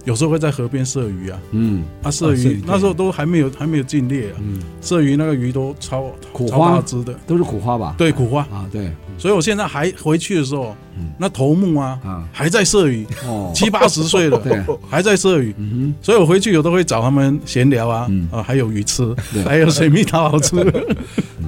Speaker 3: 有时候会在河边射鱼啊，
Speaker 1: 嗯，
Speaker 3: 啊射
Speaker 2: 啊射
Speaker 3: 鱼
Speaker 2: 鱼，
Speaker 3: 那时候都还没有还没有禁猎啊，射鱼那个鱼都超
Speaker 1: 苦
Speaker 3: 超
Speaker 1: 花
Speaker 3: 大只的，
Speaker 1: 都是苦花吧？
Speaker 3: 对苦花。
Speaker 1: 啊，对
Speaker 3: 所以我现在还回去的时候
Speaker 1: 嗯，
Speaker 3: 那头目啊
Speaker 1: 啊，
Speaker 3: 还在射鱼，
Speaker 1: 哦，
Speaker 3: 七八十岁了，
Speaker 1: 对，
Speaker 3: 还在射鱼。
Speaker 1: 嗯
Speaker 3: 所以我回去有都会找他们闲聊啊
Speaker 1: 嗯，
Speaker 3: 啊还有鱼吃
Speaker 1: 对，
Speaker 3: 还有水蜜桃好 吃。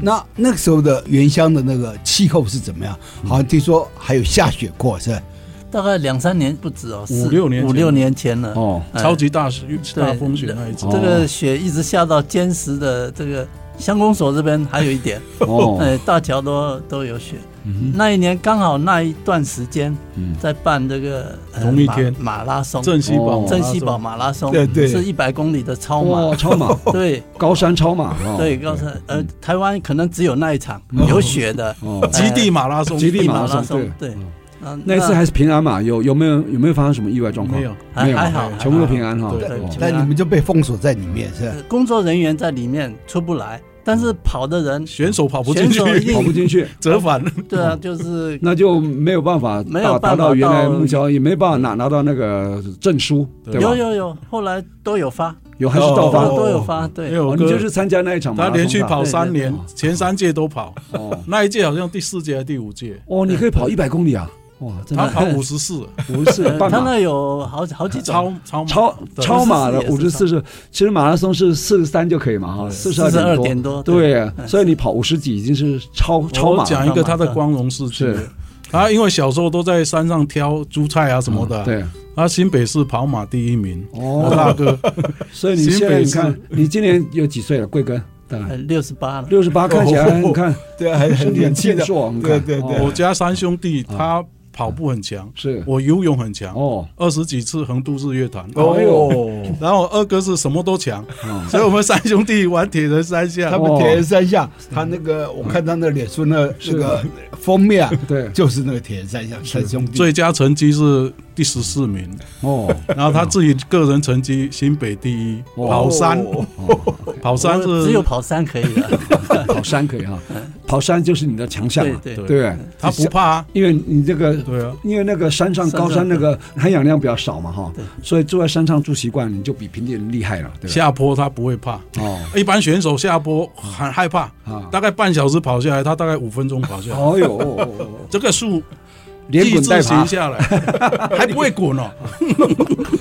Speaker 2: 那那个时候的原乡的那个气候是怎么样？好像听说还有下雪过，是吧？
Speaker 4: 大概两三年不止哦，
Speaker 3: 五
Speaker 4: 四
Speaker 3: 六年前
Speaker 4: 五六年前了
Speaker 1: 哼，。哦，
Speaker 4: 哎
Speaker 3: 超级大雪
Speaker 4: 对
Speaker 3: 大风雪那一次
Speaker 1: 哦，
Speaker 4: 这个雪一直下到坚实的这个乡公所这边，还有一点，
Speaker 1: 哦，
Speaker 4: 哎，大桥都都有雪。
Speaker 1: 嗯哼
Speaker 4: 那一年刚好那一段时间
Speaker 1: 嗯
Speaker 4: 在办这个呃
Speaker 3: 同一天
Speaker 4: 马马拉松，
Speaker 3: 镇西堡
Speaker 1: 哦
Speaker 3: 马拉松，
Speaker 4: 镇西堡马拉松，
Speaker 2: 对对
Speaker 4: 是一百公里的超
Speaker 1: 哇，
Speaker 4: 马，
Speaker 1: 超 马，
Speaker 4: 对
Speaker 1: 高山超马，哦
Speaker 4: 对，告诉呃台湾可能只有那一场有 雪的
Speaker 1: 哦，
Speaker 3: 极地马拉松，
Speaker 1: 极地马
Speaker 4: 马
Speaker 1: 拉
Speaker 4: 拉
Speaker 1: 松
Speaker 4: 松，
Speaker 1: 对哦
Speaker 4: 对，嗯
Speaker 1: 那一次还是平安嘛？有有没有有没有发生什么意外状况？
Speaker 3: 没有，
Speaker 4: 还
Speaker 1: 没有
Speaker 4: 还好，
Speaker 1: 全部都平
Speaker 4: 安。
Speaker 1: 安哈。
Speaker 3: 对
Speaker 4: 对
Speaker 1: 哦
Speaker 4: 全部
Speaker 2: 但你们就被封锁在里面，是吧？
Speaker 4: 呃工作人员在里面出不来，但是跑的人
Speaker 3: 选手跑不进去
Speaker 4: 选手一，定
Speaker 1: 跑不哦进去，
Speaker 3: 折返。
Speaker 4: 对 啊，就是
Speaker 1: 嗯那就没有办法
Speaker 4: 没
Speaker 1: 达
Speaker 4: 有
Speaker 1: 达
Speaker 4: 办法
Speaker 1: 到原来
Speaker 4: 到
Speaker 1: 目标，也没办法拿拿到那个证书，
Speaker 3: 对
Speaker 1: 对吧
Speaker 4: 有？有有，后来都有发，
Speaker 1: 有还是照
Speaker 4: 都
Speaker 1: 发
Speaker 2: 哦
Speaker 4: 都有发，
Speaker 3: 因
Speaker 4: 对
Speaker 3: 为，我
Speaker 1: 哦
Speaker 3: 哥
Speaker 1: 你就是参加那一场马拉
Speaker 3: 他
Speaker 1: 松
Speaker 3: 连续
Speaker 1: 吧
Speaker 3: 跑三年
Speaker 1: 对对，
Speaker 3: 前三届都跑，
Speaker 1: 哦
Speaker 3: 那一届好像第四届还是第五届，
Speaker 1: 哦，你可以跑一百公里啊！哇，真
Speaker 3: 他
Speaker 1: 的
Speaker 3: 跑五 十四，
Speaker 1: 五 十四
Speaker 4: 呃
Speaker 1: 半
Speaker 4: 他
Speaker 1: 马。
Speaker 4: 那有好好几种，
Speaker 3: 超超
Speaker 1: 超
Speaker 3: 对
Speaker 1: 超马的五十
Speaker 4: 54
Speaker 1: 四是，其实马拉松是四十三就可以嘛哈，四十
Speaker 4: 四十二
Speaker 1: 多
Speaker 4: 点多，
Speaker 1: 对，所以你跑五十几已经是超超
Speaker 3: 我
Speaker 1: 马
Speaker 3: 讲一个他的光荣事迹
Speaker 1: 是。
Speaker 3: 他因为小时候都在山上挑猪菜啊什么
Speaker 1: 嗯
Speaker 3: 的，
Speaker 1: 对
Speaker 3: 他新北市跑马第一名，
Speaker 1: 哦
Speaker 3: 我大哥，
Speaker 1: 所以你
Speaker 3: 新
Speaker 1: 现在
Speaker 3: 北
Speaker 1: 你
Speaker 3: 市
Speaker 1: 看，你今年有几岁了？贵庚？大概
Speaker 4: 哎六十八了，
Speaker 1: 六十八，看起来你看
Speaker 2: 对啊，还
Speaker 1: 身体
Speaker 2: 很
Speaker 1: 很
Speaker 2: 年轻
Speaker 1: 健
Speaker 2: 的，
Speaker 1: 硕，你看
Speaker 2: 对
Speaker 1: 哦
Speaker 2: 对
Speaker 3: 我
Speaker 2: 对，
Speaker 3: 家三兄弟他跑步很强，
Speaker 1: 是
Speaker 3: 我游泳很强，
Speaker 1: 啊嗯哦，
Speaker 3: 二十几次横渡日月潭，
Speaker 2: 哦
Speaker 1: 哎呦，
Speaker 3: 然后我二哥是什么都强，
Speaker 1: 哦
Speaker 3: 所以我们三兄弟玩铁人三
Speaker 2: 他
Speaker 3: 项，
Speaker 2: 们铁人三项，他那个我看他那脸书那那个封面啊，
Speaker 1: 对
Speaker 2: 就是那个铁人三项三兄弟，
Speaker 3: 最佳成绩是第十四名，
Speaker 1: 哦
Speaker 3: 然后他自己个人成绩新北第一，
Speaker 1: 哦
Speaker 3: 跑山
Speaker 1: 哦，
Speaker 3: 跑山
Speaker 4: 我
Speaker 3: 是
Speaker 4: 只有跑山可以 了，
Speaker 1: 跑山可以哈，跑山就是你的强项
Speaker 4: 对
Speaker 1: 嘛，
Speaker 4: 对
Speaker 3: 对
Speaker 1: 对，
Speaker 3: 他不怕啊，
Speaker 1: 因为你这个。
Speaker 3: 对啊，
Speaker 1: 因为那个山上
Speaker 4: 山上
Speaker 1: 高山那个含氧量比较少嘛哈
Speaker 4: 对，
Speaker 1: 所以住在山上住习惯，你就比平地人厉害了，对吧？
Speaker 3: 下坡他不会怕，
Speaker 1: 哦
Speaker 3: 一般选手下坡很害怕，
Speaker 1: 啊，
Speaker 3: 大概半小时跑下来，他大概五分钟跑下来，
Speaker 1: 哦呦哦，哦哦
Speaker 3: 这个树
Speaker 1: 连滚带
Speaker 3: 字
Speaker 1: 爬
Speaker 3: 形， 下来， 还不会滚哦，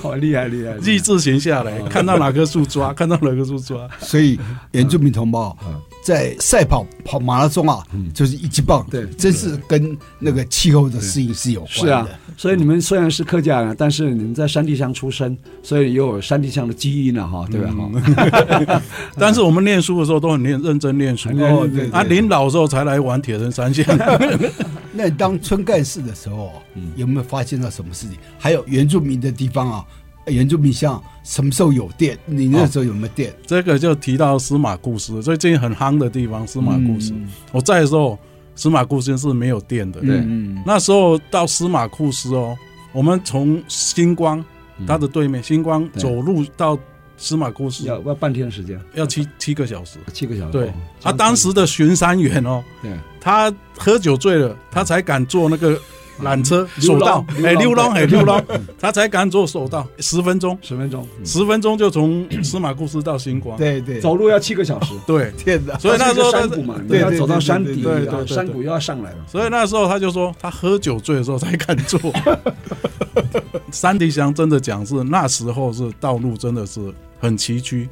Speaker 1: 好哦厉害厉害！厉害
Speaker 3: 日字形下
Speaker 1: 哦
Speaker 3: 来，看到哪棵 树抓，看到哪棵树抓，
Speaker 2: 所以原住民同胞
Speaker 1: 嗯
Speaker 2: 在赛跑跑马拉松啊，就是一级棒，
Speaker 1: 对
Speaker 2: 真是跟那个气候的适应是有关
Speaker 1: 是啊
Speaker 2: 的。，
Speaker 1: 所以你们虽然是客家人，但是你们在山地上出生，所以又有山地上的基因了哈，对吧？
Speaker 3: 嗯
Speaker 1: 哈，
Speaker 3: 但是我们念书的时候都很念认真念书，
Speaker 2: 哦对
Speaker 3: 啊，临老的时候才来玩铁人 三项，
Speaker 2: 那
Speaker 1: 嗯
Speaker 2: 你当村干事的时候啊，有没有发现到什么事情？还有原住民的地方啊，原住民像什么时候有电？你那时候有没有电？
Speaker 1: 哦
Speaker 3: 这个就提到司马故事，最近很夯的地方，司马故事。
Speaker 1: 嗯
Speaker 3: 我在的时候，司马故事是没有电的。
Speaker 1: 对，
Speaker 3: 那时候到司马库斯哦，我们从星光它的对面，星光
Speaker 1: 对
Speaker 3: 走路到司马库斯
Speaker 1: 要要半天时间，
Speaker 3: 要七七个小时。
Speaker 1: 七个小时。
Speaker 3: 对
Speaker 1: 哦，
Speaker 3: 啊，当时的巡山员哦，
Speaker 1: 对
Speaker 3: 他喝酒醉了，他才敢坐那个缆车
Speaker 1: 嗯
Speaker 3: 索道，哎，溜
Speaker 1: 溜
Speaker 3: 浪
Speaker 1: 浪
Speaker 3: 哎，溜浪，他才敢坐索道，十分钟，
Speaker 1: 十分钟，嗯
Speaker 3: 十分钟就从司马库斯到星光。
Speaker 2: 对对，
Speaker 1: 走路要七个小时。
Speaker 3: 对，
Speaker 2: 电的，
Speaker 3: 所以那时候
Speaker 1: 它是一
Speaker 3: 他
Speaker 1: 个山谷嘛，你
Speaker 3: 对
Speaker 1: 要走到山底，
Speaker 3: 对对
Speaker 1: 啊
Speaker 3: 对对
Speaker 1: 山谷又要上来了。
Speaker 3: 所以那时候他就说，他喝酒醉的时候才敢 做。山迪祥真的讲是那时候是道路真的是很崎岖，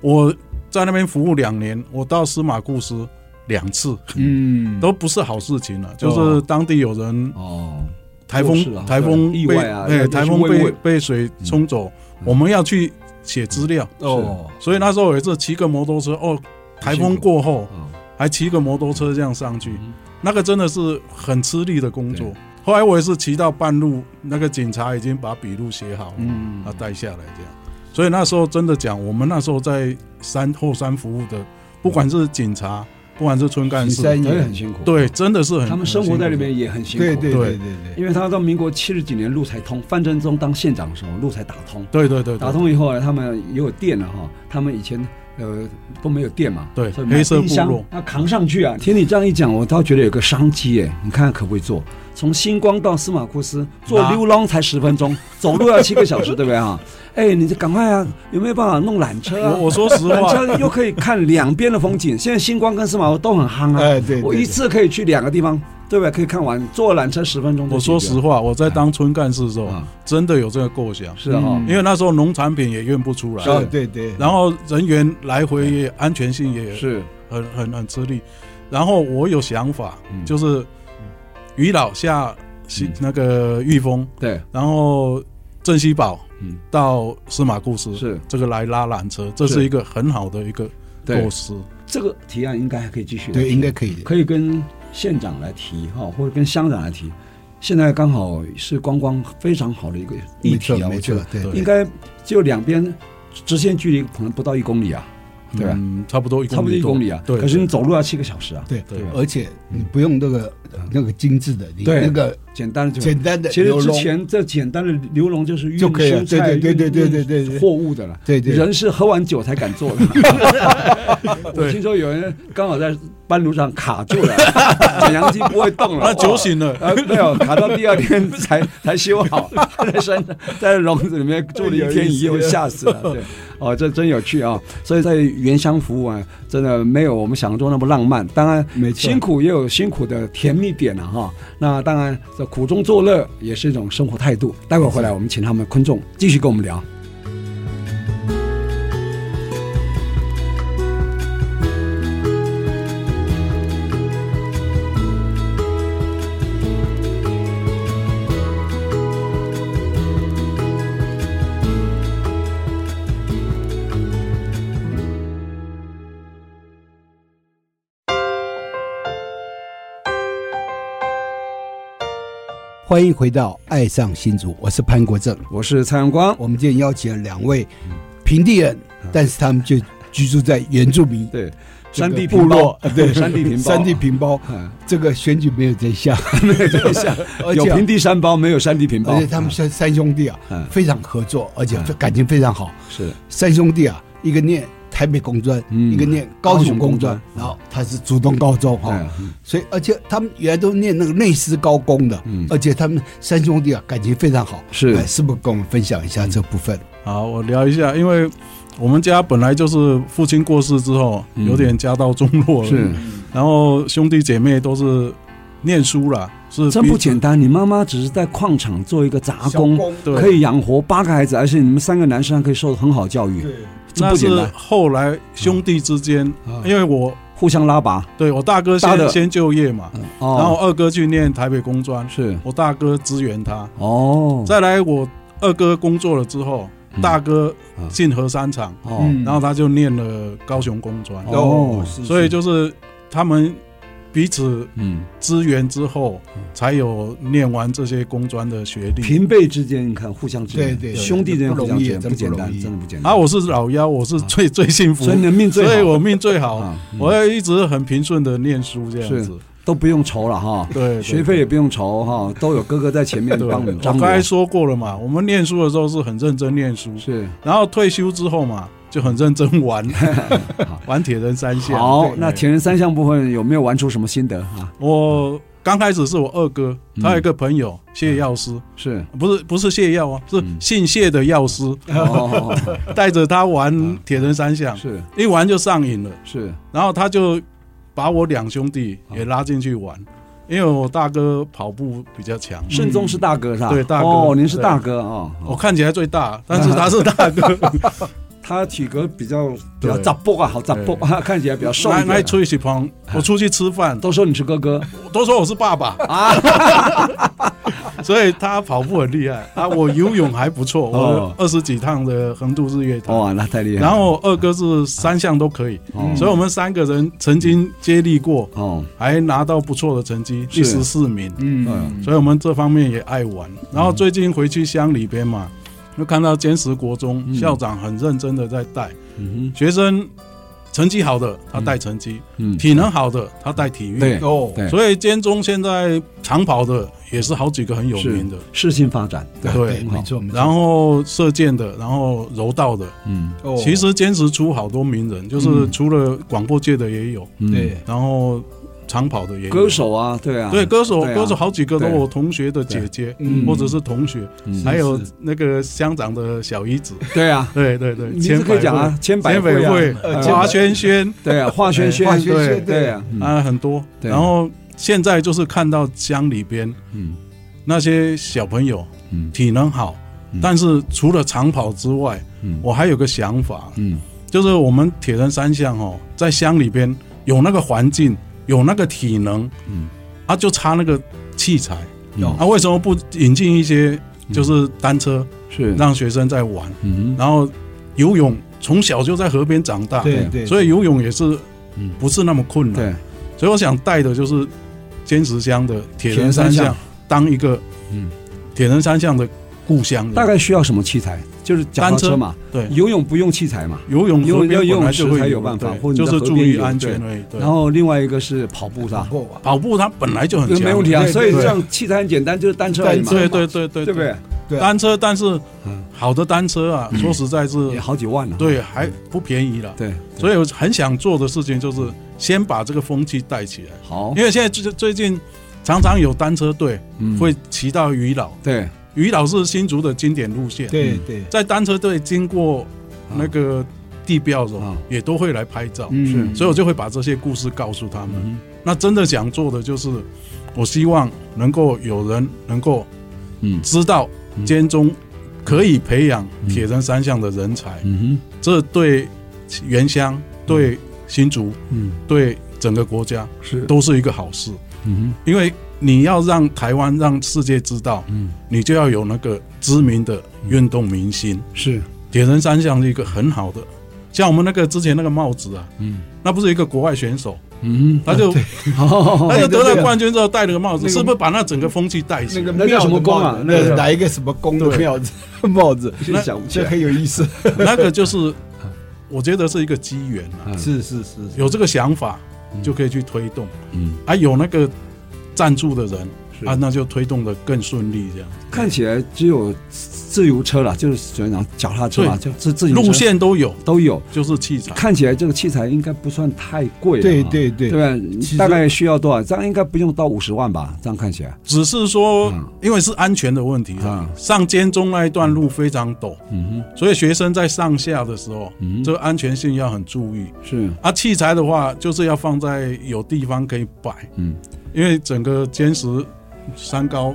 Speaker 3: 我在那边服务两年，我到司马库斯两次
Speaker 1: 嗯，
Speaker 3: 都不是好事情了，就是当地有人
Speaker 1: 哦，
Speaker 3: 台
Speaker 1: 过世
Speaker 3: 风
Speaker 1: 啊
Speaker 3: 台风
Speaker 1: 意
Speaker 3: 被
Speaker 1: 外啊要
Speaker 3: 哎
Speaker 1: 去
Speaker 3: 台风
Speaker 1: 慰
Speaker 3: 被
Speaker 1: 问嗯
Speaker 3: 被水冲走，我们要去写资料，
Speaker 1: 哦
Speaker 3: 所以那时候有一次骑个摩托车哦，台风过后
Speaker 1: 嗯
Speaker 3: 还骑个摩托车这样上去，那个真的是很吃力的工作
Speaker 1: 对。
Speaker 3: 后来我也是骑到半路，那个警察已经把笔录写好了，
Speaker 1: 嗯
Speaker 3: 他带下来这样。所以那时候真的讲，我们那时候在山后山服务的，不管是警察，不管是村干
Speaker 2: 巡山
Speaker 3: 事，
Speaker 2: 员
Speaker 1: 也很辛苦。，
Speaker 3: 对，真的是很
Speaker 1: 他们生活在里，面也很辛苦。
Speaker 2: 对对
Speaker 3: 嗯对
Speaker 2: 对对对，
Speaker 1: 因为他到民国七十几年路才通，范振中当县长的时候路才打通，
Speaker 3: 很对对对，对
Speaker 1: 打通以后呢，啊他们也有电了哈。他们以前呃都没有电嘛，
Speaker 3: 对
Speaker 1: 所以买
Speaker 3: 黑色
Speaker 1: 冰箱
Speaker 3: 部落
Speaker 1: 要扛上去啊。听你这样一讲，我倒觉得有个商机哎，你看看可不可以做？从星光到司马库斯坐
Speaker 3: 拉
Speaker 1: 溜浪才十分 钟，走路要七个小时，对不对啊？哎，你就赶快啊，有没有办法弄缆车啊？
Speaker 3: 我我说 实话，
Speaker 1: 缆车又可以看两边的风景。现在星光跟司马都很夯啊，
Speaker 2: 哎对，
Speaker 1: 我一次可以去两个地方，对不对？可以看完，坐缆车十分钟就
Speaker 3: 我
Speaker 1: 解决了。
Speaker 3: 说实话，我在当村干事的时候
Speaker 1: 啊，
Speaker 3: 真的有这个构想，
Speaker 1: 是啊、哦
Speaker 2: 嗯
Speaker 3: 因为那时候农产品也运不出来，
Speaker 2: 啊对对，
Speaker 3: 然后人员来回也安全性
Speaker 2: 嗯
Speaker 3: 也
Speaker 1: 是
Speaker 3: 很很很吃力。然后我有想法，
Speaker 1: 嗯
Speaker 3: 就是于老下西、
Speaker 1: 嗯
Speaker 3: 那个玉峰，
Speaker 1: 对，
Speaker 3: 然后镇西堡
Speaker 1: 嗯，
Speaker 3: 到司马库斯，
Speaker 1: 是
Speaker 3: 这个来拉缆车，这是
Speaker 1: 是
Speaker 3: 一个很好的一个
Speaker 1: 对
Speaker 3: 构思。
Speaker 1: 这个提案应该还可以继续。
Speaker 2: 对，应该可以的，
Speaker 1: 可以跟县长来提哈，或者跟乡长来提。现在刚好是观光非常好的一个议
Speaker 2: 没
Speaker 1: 题
Speaker 2: 错
Speaker 1: 啊，我
Speaker 2: 没
Speaker 1: 觉
Speaker 2: 错
Speaker 1: 得，
Speaker 2: 对
Speaker 3: 对
Speaker 1: 应该就两边直线距离可能不到一公里啊，对吧？
Speaker 3: 嗯，差不多一
Speaker 1: 差不多一公里啊，
Speaker 3: 对，
Speaker 1: 可是你走路要七个小时啊，
Speaker 2: 对
Speaker 3: 对
Speaker 2: 而且你不用那个呃那个精致的，你
Speaker 1: 对
Speaker 2: 那个
Speaker 1: 简单就。
Speaker 2: 简单的
Speaker 1: 其实
Speaker 2: 流
Speaker 1: 之
Speaker 2: 动，
Speaker 1: 前这简单的流笼就是运
Speaker 2: 就可以了
Speaker 1: 蔬菜、
Speaker 2: 对对对对
Speaker 1: 运
Speaker 2: 对对对
Speaker 1: 运货物的了。
Speaker 2: 对对
Speaker 1: 人是喝完酒才敢 做的。我听说有人刚好在半路上卡住 了，减压机不会动了，
Speaker 3: 那啊酒醒了，
Speaker 1: 呃，没有，卡到第二天才才修好， 在山在笼子里面住了一天一夜，我吓死
Speaker 2: 哎
Speaker 1: 了。对，哦，这真有趣啊、所以在原乡服务啊，真的没有我们想象中那么浪漫。当然，
Speaker 2: 没错
Speaker 1: 辛苦也有辛苦的甜蜜点了、哈。那当然，这苦中作乐也是一种生活态度。待会儿回来，我们请他们昆仲继续跟我们聊。
Speaker 2: 欢迎回到《爱上新竹》，我是潘国正。
Speaker 1: 我是蔡阳光，
Speaker 2: 我们今天邀请了两位平地人，但是他们就居住在原住民
Speaker 1: 嗯对，
Speaker 2: 这个
Speaker 1: 山地
Speaker 2: 部
Speaker 1: 平
Speaker 2: 落
Speaker 1: 包，，
Speaker 2: 对，
Speaker 1: 山地平包，
Speaker 2: 山地平包，
Speaker 1: 嗯，
Speaker 2: 这个选举没有真相，
Speaker 1: 没有这个像，
Speaker 2: 而
Speaker 1: 有
Speaker 2: 且
Speaker 1: 平地山包，没有山地平包，
Speaker 2: 而且他们三三兄弟啊
Speaker 1: 哦嗯，
Speaker 2: 非常合作，而且
Speaker 1: 嗯
Speaker 2: 感情非常好。
Speaker 1: 是
Speaker 2: 三兄弟啊，一个念台北工专，
Speaker 1: 嗯
Speaker 2: 一个念高雄工专
Speaker 1: 高雄，
Speaker 2: 然后他是竹东高中
Speaker 1: 对
Speaker 2: 哈
Speaker 1: 啊，嗯
Speaker 2: 所以而且他们原来都念那个内师高工的
Speaker 1: 嗯，
Speaker 2: 而且他们三兄弟啊感情非常好。
Speaker 1: 是
Speaker 2: 哎是不是跟我们分享一下这部分？
Speaker 3: 好，我聊一下，因为我们家本来就是父亲过世之后，
Speaker 1: 嗯
Speaker 3: 有点家道中落了，
Speaker 1: 是。
Speaker 3: 然后兄弟姐妹都是念书啦，是
Speaker 1: 真
Speaker 3: 彼
Speaker 1: 不
Speaker 3: 此
Speaker 1: 简单，你妈妈只是在矿场做一个杂工，
Speaker 3: 对，
Speaker 1: 可以养活八个孩子，而且你们三个男生还可以受很好教育，真
Speaker 3: 那
Speaker 1: 不简
Speaker 3: 是
Speaker 1: 单，
Speaker 3: 后来兄弟之间，
Speaker 1: 啊
Speaker 3: 因为我
Speaker 1: 互相拉拔。
Speaker 3: 对我大哥
Speaker 1: 大
Speaker 3: 先
Speaker 1: 的
Speaker 3: 先就业嘛，
Speaker 1: 哦，
Speaker 3: 然后二哥去念台北工专，
Speaker 1: 是
Speaker 3: 我大哥支援他。
Speaker 1: 哦，
Speaker 3: 再来，我二哥工作了之后，
Speaker 1: 嗯
Speaker 3: 大哥
Speaker 1: 啊
Speaker 3: 进河山厂，
Speaker 1: 哦
Speaker 3: 然后他就念了高雄工专，
Speaker 1: 哦
Speaker 2: 是
Speaker 3: 所以就是他们彼此
Speaker 1: 嗯，
Speaker 3: 支援之后，才有念完这些工专的学历。
Speaker 1: 平辈之间你看互相支援，
Speaker 2: 对对
Speaker 1: 兄弟之间互相支援不
Speaker 2: 不容易
Speaker 1: 简
Speaker 2: 真不容
Speaker 1: 单，
Speaker 2: 易
Speaker 1: 真的不简单。
Speaker 3: 啊，我是老幺，我是最最幸福
Speaker 1: 所以，你的命最好，
Speaker 3: 所以我命最好
Speaker 1: 啊，
Speaker 3: 我要一直很平顺的念书这样子。
Speaker 1: 都不用愁了哈，
Speaker 3: 对，对
Speaker 1: 学费也不用愁哈，都有哥哥在前面
Speaker 3: 对，
Speaker 1: 帮
Speaker 3: 我
Speaker 1: 你啊张
Speaker 3: 刚
Speaker 1: 罗。
Speaker 3: 才说过了嘛，我们念书的时候是很认真念书，
Speaker 1: 是
Speaker 3: 然后退休之后嘛，就很认真 玩， 玩铁人三项。
Speaker 1: 好
Speaker 3: 对，
Speaker 1: 那铁人三项部分有没有玩出什么心得啊？
Speaker 3: 我刚开始是我二哥，
Speaker 1: 嗯
Speaker 3: 他有一个朋友谢药师，
Speaker 1: 是
Speaker 3: 不是不是谢药啊，
Speaker 1: 嗯
Speaker 3: 是姓谢的药 师，
Speaker 1: 哦，
Speaker 3: 带着他玩铁人三项，
Speaker 1: 是
Speaker 3: 一玩就上瘾了，
Speaker 1: 是
Speaker 3: 然后他就把我两兄弟
Speaker 1: 嗯
Speaker 3: 也拉进去玩，因为我大哥跑步比较强，
Speaker 1: 慎宗是大哥是吧？
Speaker 3: 对大哥
Speaker 1: 哦，您是
Speaker 3: 对
Speaker 1: 大哥啊，
Speaker 3: 我
Speaker 1: 哦
Speaker 3: 看起来最大，但
Speaker 1: 嗯
Speaker 3: 是他是大哥。
Speaker 1: 他体格比较比
Speaker 3: 对
Speaker 1: 较杂波啊，好杂波啊，看起来比较瘦一
Speaker 3: 来来
Speaker 1: 点。啊
Speaker 3: 出去旁，我出去吃饭都
Speaker 1: 都说你是哥 哥
Speaker 3: 都说我是爸爸，
Speaker 1: 啊，
Speaker 3: 所以他跑步很厉害啊。我游泳还不
Speaker 1: 哦
Speaker 3: 错，我二十几趟的横渡日月潭。
Speaker 1: 哇，那太厉害了。
Speaker 3: 然后我二哥是三项都可以，
Speaker 1: 哦
Speaker 3: 所以我们三个人曾经接力过，
Speaker 1: 哦，
Speaker 3: 还拿到不错的成绩，第
Speaker 1: 是
Speaker 3: 十四名。
Speaker 1: 嗯，
Speaker 3: 所以我们这方面也爱玩。然后最近回去乡里边嘛，就看到坚实国中校长很认真的在带
Speaker 1: 嗯
Speaker 3: 学生，成绩好的他带成绩，
Speaker 1: 嗯
Speaker 3: 体能好的他带体育。
Speaker 1: 对
Speaker 2: 哦
Speaker 1: 对
Speaker 3: 所以监中现在长跑的也是好几个很有名的，
Speaker 1: 适性发展，对，
Speaker 3: 对。
Speaker 2: 没错没错。
Speaker 3: 然后射箭的，然后柔道的，
Speaker 1: 嗯
Speaker 2: 哦
Speaker 3: 其实坚持出好多名人，就是除了广播界的也有，
Speaker 1: 嗯
Speaker 2: 对，
Speaker 3: 然后长跑的也有。
Speaker 1: 歌，手啊，对啊，
Speaker 3: 对歌手，
Speaker 1: 对啊
Speaker 3: 歌手好几个都
Speaker 1: 对
Speaker 3: 我同学的姐姐
Speaker 2: 嗯
Speaker 3: 或者是同学，
Speaker 1: 嗯
Speaker 3: 还有那个乡长的小姨子，
Speaker 1: 对啊，
Speaker 3: 对对 对，
Speaker 1: 名字可以讲啊，千百
Speaker 3: 千百
Speaker 1: 惠
Speaker 3: 惠
Speaker 1: 啊，、
Speaker 2: 呃
Speaker 3: 华轩轩
Speaker 1: 对啊，华轩轩，
Speaker 2: 化学
Speaker 3: 对
Speaker 2: 学
Speaker 1: 对啊，嗯
Speaker 3: 啊，很多。
Speaker 1: 对
Speaker 3: 然后现在就是看到乡里边
Speaker 1: 嗯
Speaker 3: 那些小朋友，
Speaker 1: 嗯
Speaker 3: 体能好
Speaker 1: 嗯，
Speaker 3: 但是除了长跑之外，
Speaker 1: 嗯
Speaker 3: 我还有个想法，
Speaker 1: 嗯
Speaker 3: 就是我们铁人三项哦，在乡里边有那个环境，有那个体能，
Speaker 1: 嗯
Speaker 3: 啊，就差那个器材，
Speaker 1: 嗯
Speaker 3: 啊，为什么不引进一些就是单车，
Speaker 1: 是，
Speaker 3: 让学生在玩，
Speaker 1: 嗯
Speaker 3: 然后游泳从小就在河边长大，
Speaker 2: 对对，
Speaker 3: 所以游泳也是
Speaker 1: 嗯
Speaker 3: 不是那么困难，
Speaker 1: 对，
Speaker 3: 所以我想带的就是坚持乡的
Speaker 1: 铁
Speaker 3: 铁
Speaker 1: 人
Speaker 3: 人
Speaker 1: 三
Speaker 3: 三
Speaker 1: 项
Speaker 3: 项当一个
Speaker 1: 嗯
Speaker 3: 铁人三项的故乡人，
Speaker 1: 大概需要什么器材？就是脚踏
Speaker 3: 单车
Speaker 1: 车嘛，
Speaker 3: 对。
Speaker 1: 游泳不用器材嘛，
Speaker 3: 游泳
Speaker 1: 游
Speaker 3: 河
Speaker 1: 泳游
Speaker 3: 边本
Speaker 1: 泳
Speaker 3: 来就
Speaker 1: 池
Speaker 3: 会
Speaker 1: 才有
Speaker 3: 有
Speaker 1: 办法，
Speaker 3: 对
Speaker 1: 或者你
Speaker 3: 就是
Speaker 1: 在河
Speaker 3: 注
Speaker 1: 边
Speaker 3: 意
Speaker 1: 游
Speaker 3: 安
Speaker 1: 对
Speaker 3: 全而已。对
Speaker 1: 然后另外一个是跑步是吧？
Speaker 2: 过吧，
Speaker 3: 跑步它啊本来就很强，
Speaker 1: 没问题啊，
Speaker 2: 对对
Speaker 1: 所以这样器材很简单，就是单车而已嘛，
Speaker 3: 对对对对
Speaker 1: 对不对？？
Speaker 2: 对啊
Speaker 3: 单车，但是
Speaker 1: 嗯
Speaker 3: 好的单车啊，说实在是
Speaker 1: 也好几万呢。
Speaker 3: 对还不便宜了。
Speaker 1: 对，
Speaker 3: 所以我很想做的事情就是先把这个风气带起来，
Speaker 1: 好，
Speaker 3: 因为现在最最近常常有单车队
Speaker 1: 哦嗯
Speaker 3: 会骑到渔老，
Speaker 1: 对
Speaker 3: 渔老是新竹的经典路线，
Speaker 2: 对
Speaker 1: 嗯
Speaker 2: 对，
Speaker 3: 在单车队经过那个地标的时候
Speaker 1: 啊，
Speaker 3: 也都会来拍照。
Speaker 2: 嗯
Speaker 3: 所以我就会把这些故事告诉他们。
Speaker 1: 嗯
Speaker 3: 那真的想做的就是，我希望能够有人能够
Speaker 1: 嗯
Speaker 3: 知道监中可以培养铁人三项的人才，
Speaker 1: 嗯
Speaker 3: 这对原乡、对新竹、
Speaker 1: 哼嗯
Speaker 3: 对整个国家
Speaker 1: 是
Speaker 3: 都是一个好事，
Speaker 1: 嗯
Speaker 3: 因为。你要让台湾、让世界知道，
Speaker 1: 嗯
Speaker 3: 你就要有那个知名的运动明星。
Speaker 1: 哼嗯是
Speaker 3: 铁人三项是一个很好的，像我们那个之前那个帽子啊，
Speaker 1: 嗯
Speaker 3: 那不是一个国外选手，
Speaker 1: 嗯
Speaker 3: 他就
Speaker 1: 哼好
Speaker 3: 他就得了冠军之后戴了个帽子，是不是把那整个风气带起来？
Speaker 1: 那叫什么宫啊那个
Speaker 2: 对拿一个什么宫的
Speaker 3: 对
Speaker 2: 帽子 帽子，
Speaker 1: 是想不起
Speaker 2: 这
Speaker 1: 来
Speaker 2: 很有意 思。
Speaker 3: 那个就是，我觉得是一个机缘啊，
Speaker 2: 是是是，
Speaker 3: 有这个想法就可以去推动
Speaker 1: 嗯
Speaker 3: 啊，有那个赞助的人
Speaker 1: 是
Speaker 3: 啊，那就推动的更顺利这样，
Speaker 1: 看起来只有自由车了，就是所讲脚踏车嘛，就自自行车
Speaker 3: 路线都有，
Speaker 1: 都有。
Speaker 3: 就是器材。
Speaker 1: 看起来这个器材应该不算太贵了
Speaker 2: 对
Speaker 1: 啊，
Speaker 2: 对对
Speaker 1: 对吧
Speaker 2: 其？实
Speaker 1: 大概需要多少？这样应该不用到五十万吧？这样看起来，
Speaker 3: 只是说
Speaker 1: 嗯，
Speaker 3: 因为是安全的问题啊
Speaker 1: 嗯，
Speaker 3: 上尖中那一段路非常陡，
Speaker 1: 嗯哼，
Speaker 3: 所以学生在上下的时候
Speaker 1: 嗯，
Speaker 3: 这个安全性要很注意。
Speaker 1: 是，
Speaker 3: 啊，器材的话，就是要放在有地方可以摆，
Speaker 1: 嗯，
Speaker 3: 因为整个坚实山高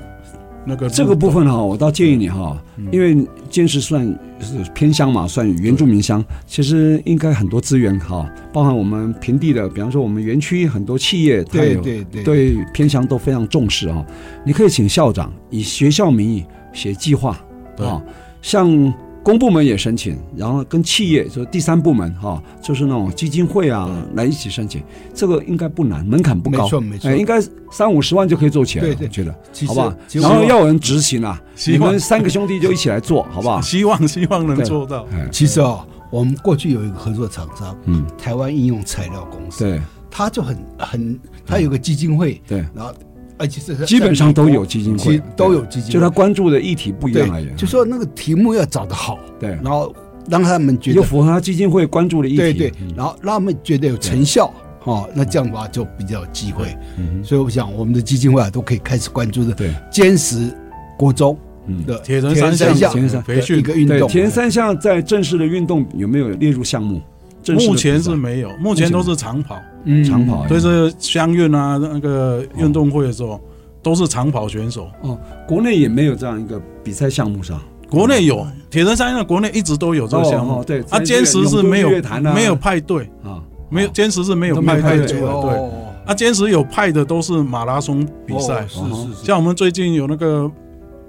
Speaker 3: 那个路
Speaker 1: 这个部分哈，
Speaker 2: 嗯
Speaker 1: 我倒建议你哈，因为坚持算是偏乡嘛，算原住民乡，其实应该很多资源哈，包含我们平地的，比方说我们园区很多企业，它
Speaker 2: 对
Speaker 1: 有
Speaker 2: 对对，
Speaker 1: 对偏乡都非常重视啊、你可以请校长以学校名义写计划啊、
Speaker 3: 对
Speaker 1: 像公部门也申请，然后跟企业就是第三部门哈、就是那种基金会啊来一起申请，这个应该不难，门槛不高，
Speaker 2: 没错没错
Speaker 1: 哎应该三五十万就可以做起来了，
Speaker 2: 对对
Speaker 1: 我觉得
Speaker 2: 其实
Speaker 1: 好吧？
Speaker 2: 其实
Speaker 1: 然
Speaker 2: 我
Speaker 1: 后要有人执行啊，
Speaker 3: 希
Speaker 1: 你
Speaker 3: 望
Speaker 1: 们三个兄弟就一起来做，好不好？
Speaker 3: 希望希望能做到。
Speaker 1: 哎，
Speaker 2: 其实哦，我们过去有一个合作厂商，
Speaker 1: 嗯，
Speaker 2: 台湾应用材料公司，
Speaker 1: 对
Speaker 2: 他就很很，他有个基金会，
Speaker 1: 对，
Speaker 2: 然后而且是
Speaker 1: 基本上都有基金
Speaker 2: 其
Speaker 1: 会
Speaker 2: 实，都有基金会，
Speaker 1: 就他关注的议题不一样而已啊
Speaker 2: 对，，就说那个题目要找得好，
Speaker 1: 对，
Speaker 2: 然后让他们觉
Speaker 1: 就
Speaker 2: 得
Speaker 1: 符合他基金会关注的议题，
Speaker 2: 对对
Speaker 1: 嗯，
Speaker 2: 然后让他们觉得有成效。哦，那这样的话就比较有机会，
Speaker 1: 嗯哼
Speaker 2: 所以我想我们的基金会啊都可以开始关注的
Speaker 1: 对，
Speaker 2: 坚实国中
Speaker 1: 嗯。
Speaker 2: 的
Speaker 3: 铁人
Speaker 2: 三
Speaker 3: 三项
Speaker 1: 铁人三项
Speaker 3: 培
Speaker 2: 一
Speaker 3: 训，
Speaker 2: 个运
Speaker 1: 对，
Speaker 2: 动，
Speaker 1: 铁人三项在正式的运动有没有列入项目？正式的
Speaker 3: 目
Speaker 1: 比赛
Speaker 3: 前是没有，目前都是长跑，
Speaker 2: 嗯
Speaker 1: 长跑，
Speaker 3: 所以是乡运啊，那个运动会的时候都是长跑选手。
Speaker 1: 哦，国内也没有这样一个比赛项目上。
Speaker 3: 国内有铁人三项，国内一直都有这个
Speaker 1: 嗯
Speaker 3: 项
Speaker 1: 哦哦
Speaker 3: 目。
Speaker 1: 对
Speaker 3: 啊，坚持是没有没有派队，
Speaker 1: 啊，
Speaker 3: 没有坚持是没有
Speaker 1: 都没
Speaker 3: 派
Speaker 1: 有派
Speaker 3: 队组
Speaker 1: 队
Speaker 3: 的，对。
Speaker 2: 哦
Speaker 3: 啊，坚持有派的都是马拉松比赛
Speaker 2: 哦，是是是，
Speaker 3: 像我们最近有那个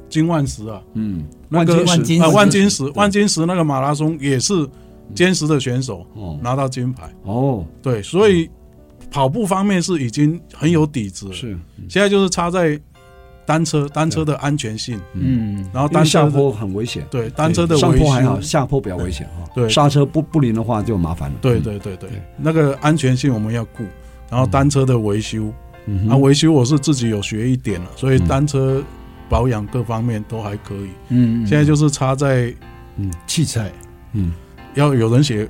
Speaker 3: 金万石啊，
Speaker 1: 嗯，
Speaker 3: 那个
Speaker 1: 万金石
Speaker 4: 金
Speaker 3: 啊
Speaker 4: 石
Speaker 3: 万金石，万金石那个马拉松也是坚持的选手
Speaker 1: 哦
Speaker 3: 拿到金牌。
Speaker 1: 哦
Speaker 3: 对，所以跑步方面是已经很有底子了。
Speaker 1: 是，
Speaker 3: 现在就是差在单车，单车的安全性，
Speaker 2: 嗯，
Speaker 3: 然后
Speaker 1: 但
Speaker 3: 单
Speaker 1: 下
Speaker 3: 车的
Speaker 1: 坡很危险，
Speaker 3: 对单车的
Speaker 1: 上
Speaker 3: 维
Speaker 1: 坡还好，
Speaker 3: 修，
Speaker 1: 下坡比较危险啊。
Speaker 3: 对
Speaker 1: 刹车不不灵的话就麻烦了。
Speaker 3: 对对对对
Speaker 1: 嗯对，
Speaker 3: 那个安全性我们要顾，然后单车的维修，
Speaker 1: 嗯
Speaker 3: 啊，
Speaker 1: 哼，
Speaker 3: 维修我是自己有学一点了，所以单车保养各方面都还可以。
Speaker 2: 嗯，
Speaker 3: 现在就是差在
Speaker 2: 器材
Speaker 1: 嗯，
Speaker 3: 要有人写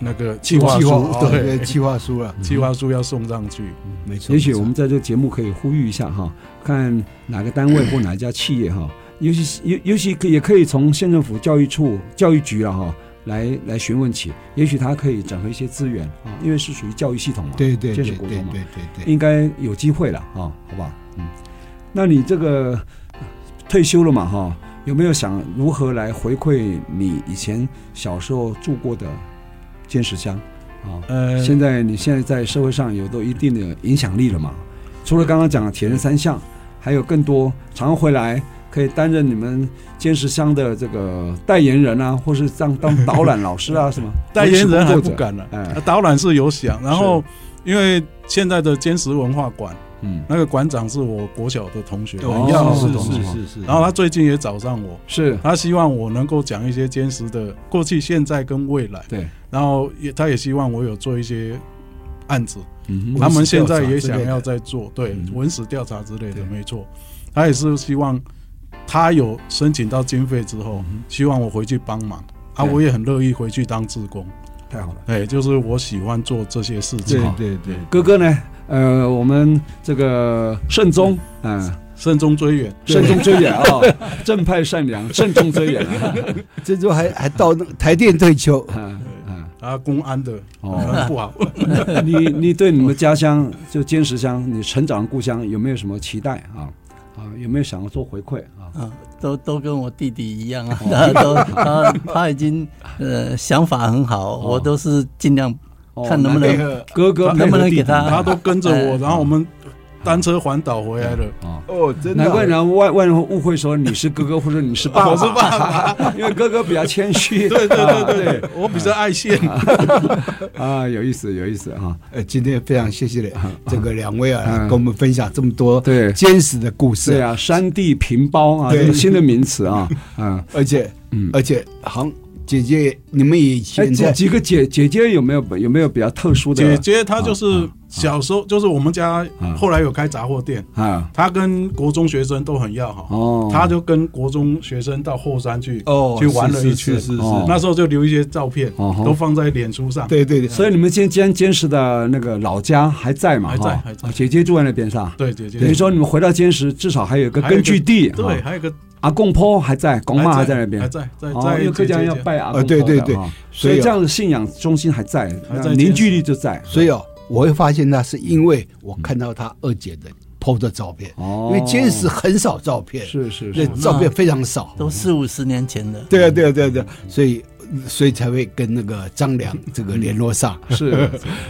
Speaker 3: 那个计划
Speaker 2: 计划
Speaker 3: 书，
Speaker 2: 哦
Speaker 3: 对，
Speaker 2: 计划书了，
Speaker 3: 计划书要送上去。
Speaker 2: 没错。
Speaker 1: 也许我
Speaker 2: 没
Speaker 1: 们在这个节目可以呼吁一下哈，看哪个单位或哪一家企业哈，尤其尤尤其可也可以从县政府教育处、教育局啊哈来来询问起，也许他可以整合一些资源啊，因为是属于教育系统嘛
Speaker 2: 错，对对
Speaker 1: 这是
Speaker 2: 对对
Speaker 1: 国
Speaker 2: 对
Speaker 1: 中嘛
Speaker 2: 对对对，
Speaker 1: 应该有机会了啊，好吧？嗯，那你这个退休了嘛哈，有没有想如何来回馈你以前小时候住过的坚石乡啊？
Speaker 3: 呃，
Speaker 1: 现在你现在在社会上有都一定的影响力了嘛？除了刚刚讲的铁人三项，还有更多常常回来可以担任你们坚石乡的这个代言人啊，或是当当导览老师啊什么
Speaker 3: 嗯 代言人还
Speaker 1: 维持工作者，
Speaker 3: 不敢了，
Speaker 1: 哎
Speaker 3: 啊导览是有想，然后因为现在的坚实文化馆
Speaker 1: 嗯，
Speaker 3: 那个馆长是我国小的同学，
Speaker 1: 哦
Speaker 2: 一样
Speaker 1: 是
Speaker 2: 是
Speaker 1: 懂
Speaker 2: 是
Speaker 1: 了
Speaker 2: 是是。
Speaker 3: 然后他最近也找上我，
Speaker 1: 是
Speaker 3: 他希望我能够讲一些坚实的过去、现在跟未来，
Speaker 1: 对，
Speaker 3: 然后也他也希望我有做一些案子，
Speaker 1: 嗯
Speaker 3: 他
Speaker 1: 哼，
Speaker 3: 们现在
Speaker 2: 调查
Speaker 3: 也
Speaker 2: 之类
Speaker 3: 想
Speaker 2: 的
Speaker 3: 要在做对
Speaker 1: 嗯
Speaker 3: 文史调查之类
Speaker 1: 对
Speaker 3: 的，没错，他也是希望他有申请到经费之
Speaker 2: 嗯
Speaker 3: 后，希望我回去帮忙啊，
Speaker 1: 对
Speaker 3: 我也很乐意回去当志工，
Speaker 1: 太好了。
Speaker 3: 哎，就是我喜欢做这些事情
Speaker 2: 对
Speaker 1: 好。
Speaker 2: 对对，
Speaker 1: 哥哥呢？呃，我们这个慎终，嗯、
Speaker 3: 慎终追远，
Speaker 1: 慎终追远啊、正派善良，慎终追远 啊，
Speaker 2: 这周还还到那个台电退休，
Speaker 1: 嗯嗯，
Speaker 3: 啊，公安的
Speaker 1: 哦，
Speaker 3: 不 好，
Speaker 1: 你你对你们家乡就坚石乡，你成长的故乡有没有什么期待啊？啊，有没有想要做回馈啊？
Speaker 4: 啊，都都跟我弟弟一样啊，他
Speaker 1: 哦
Speaker 4: 都 他他已经呃想法很好，我都是尽量
Speaker 1: 哦
Speaker 4: 看能不
Speaker 2: 配
Speaker 4: 能
Speaker 2: 合
Speaker 1: 哥哥
Speaker 4: 能不能给
Speaker 1: 他？
Speaker 3: 他
Speaker 4: 他
Speaker 3: 都跟着我，
Speaker 4: 哎
Speaker 3: 然后我们单车环岛回来了。
Speaker 1: 哦
Speaker 2: 哦，真的
Speaker 1: 难怪人外外人误会说你是哥哥或者你是爸爸，
Speaker 3: 啊我是
Speaker 1: 爸爸， 因为哥哥比较谦虚。
Speaker 3: 对对
Speaker 1: 啊
Speaker 3: 对对对，我比较爱现，
Speaker 1: 啊，有意思有意思啊！
Speaker 2: 呃，今天非常谢谢这个两位啊，
Speaker 1: 嗯
Speaker 2: 跟我们分享这么多
Speaker 1: 对
Speaker 2: 坚实的故事
Speaker 1: 对，啊，山地平包啊，
Speaker 2: 对
Speaker 1: 这个新的名词啊，嗯，
Speaker 2: 而且
Speaker 1: 嗯
Speaker 2: 而且好，姐姐你们也
Speaker 1: 哎，
Speaker 2: 现
Speaker 1: 几
Speaker 2: 在
Speaker 1: 几个姐姐姐有没有有没有比较特殊的
Speaker 3: 姐姐她
Speaker 1: 啊
Speaker 3: 就是小时候，就是我们家
Speaker 1: 嗯
Speaker 3: 后来有开杂货店，
Speaker 1: 啊？
Speaker 3: 她跟国中学生都很要好，
Speaker 1: 哦，
Speaker 3: 她就跟国中学生到后山去
Speaker 2: 哦
Speaker 3: 去玩了
Speaker 2: 是
Speaker 3: 一
Speaker 2: 是
Speaker 3: 圈，
Speaker 2: 是是
Speaker 1: 哦
Speaker 3: 那时候就留一些照片
Speaker 1: 哦吼，
Speaker 3: 都放在脸书上。
Speaker 2: 对对对，
Speaker 1: 所以你们今天监视的那个老家还在嘛？
Speaker 3: 还在
Speaker 1: 哈
Speaker 3: 还在
Speaker 1: 啊姐姐住在那边是吧？
Speaker 3: 对，姐姐
Speaker 1: 等于说你们回到监视，至少还有一个
Speaker 3: 还有一
Speaker 1: 根
Speaker 3: 个
Speaker 1: 据地。哦
Speaker 3: 对，
Speaker 1: 哈，
Speaker 3: 还有一个
Speaker 1: 阿贡坡还在，公妈还在那边
Speaker 3: 还。在在
Speaker 1: 哦，
Speaker 3: 在
Speaker 1: 因为客家人要
Speaker 3: 姐姐家
Speaker 1: 拜阿贡
Speaker 2: 哦对对对
Speaker 1: 哈所
Speaker 2: 所
Speaker 1: 以
Speaker 2: 以
Speaker 1: 这样的信仰中心还在，
Speaker 3: 还在
Speaker 1: 那凝聚力就在。
Speaker 2: 所以哦，我会发现那是因为我看到他二姐的 PO 的照片，
Speaker 1: 哦
Speaker 2: 因，为坚持很少照片，
Speaker 1: 是是
Speaker 2: 那
Speaker 1: 是，
Speaker 2: 照片非常少。
Speaker 4: 都四五十年前的，
Speaker 2: 对啊，对啊，对啊，对啊，所以所以才会跟那个张良这个联络上，
Speaker 1: 是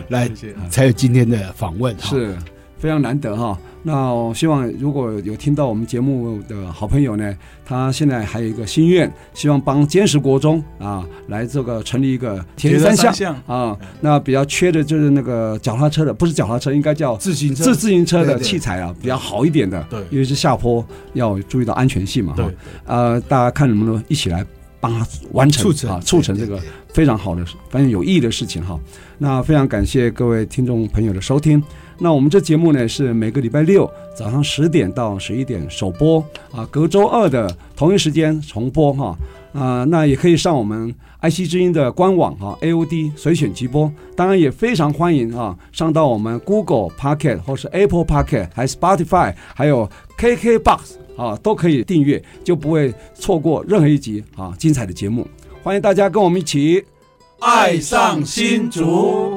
Speaker 2: 来
Speaker 3: 谢谢
Speaker 2: 才有今天的访问。哈
Speaker 1: 是，非常难得哈。那我希望如果有听到我们节目的好朋友呢，他现在还有一个心愿，希望帮坚实国中啊来这个成立一个铁人三项啊。那比较缺的就是那个脚踏车的，不是脚踏车，应该叫
Speaker 2: 自行车
Speaker 1: 自自行车
Speaker 2: 对
Speaker 1: 的
Speaker 2: 对
Speaker 1: 器材啊，比较好一点的。
Speaker 3: 对
Speaker 1: 因为是下坡，要注意到安全性嘛。
Speaker 3: 对
Speaker 1: 哈，呃，大家看能不能一起来帮他完成
Speaker 2: 促成
Speaker 1: 啊，促成这个
Speaker 2: 对对
Speaker 1: 非常好的、非常有意义的事情哈。那非常感谢各位听众朋友的收听。那我们这节目呢是每个礼拜六早上十点到十一点首播啊，隔周二的同一时间重播哈。啊、那也可以上我们 IC 之音的官网哈、a o d 随选直播，当然也非常欢迎啊，上到我们 Google Pocket 或是 Apple Pocket，还是 Spotify，还有 KKBox 啊，都可以订阅，就不会错过任何一集啊精彩的节目。欢迎大家跟我们一起
Speaker 3: 爱上新竹。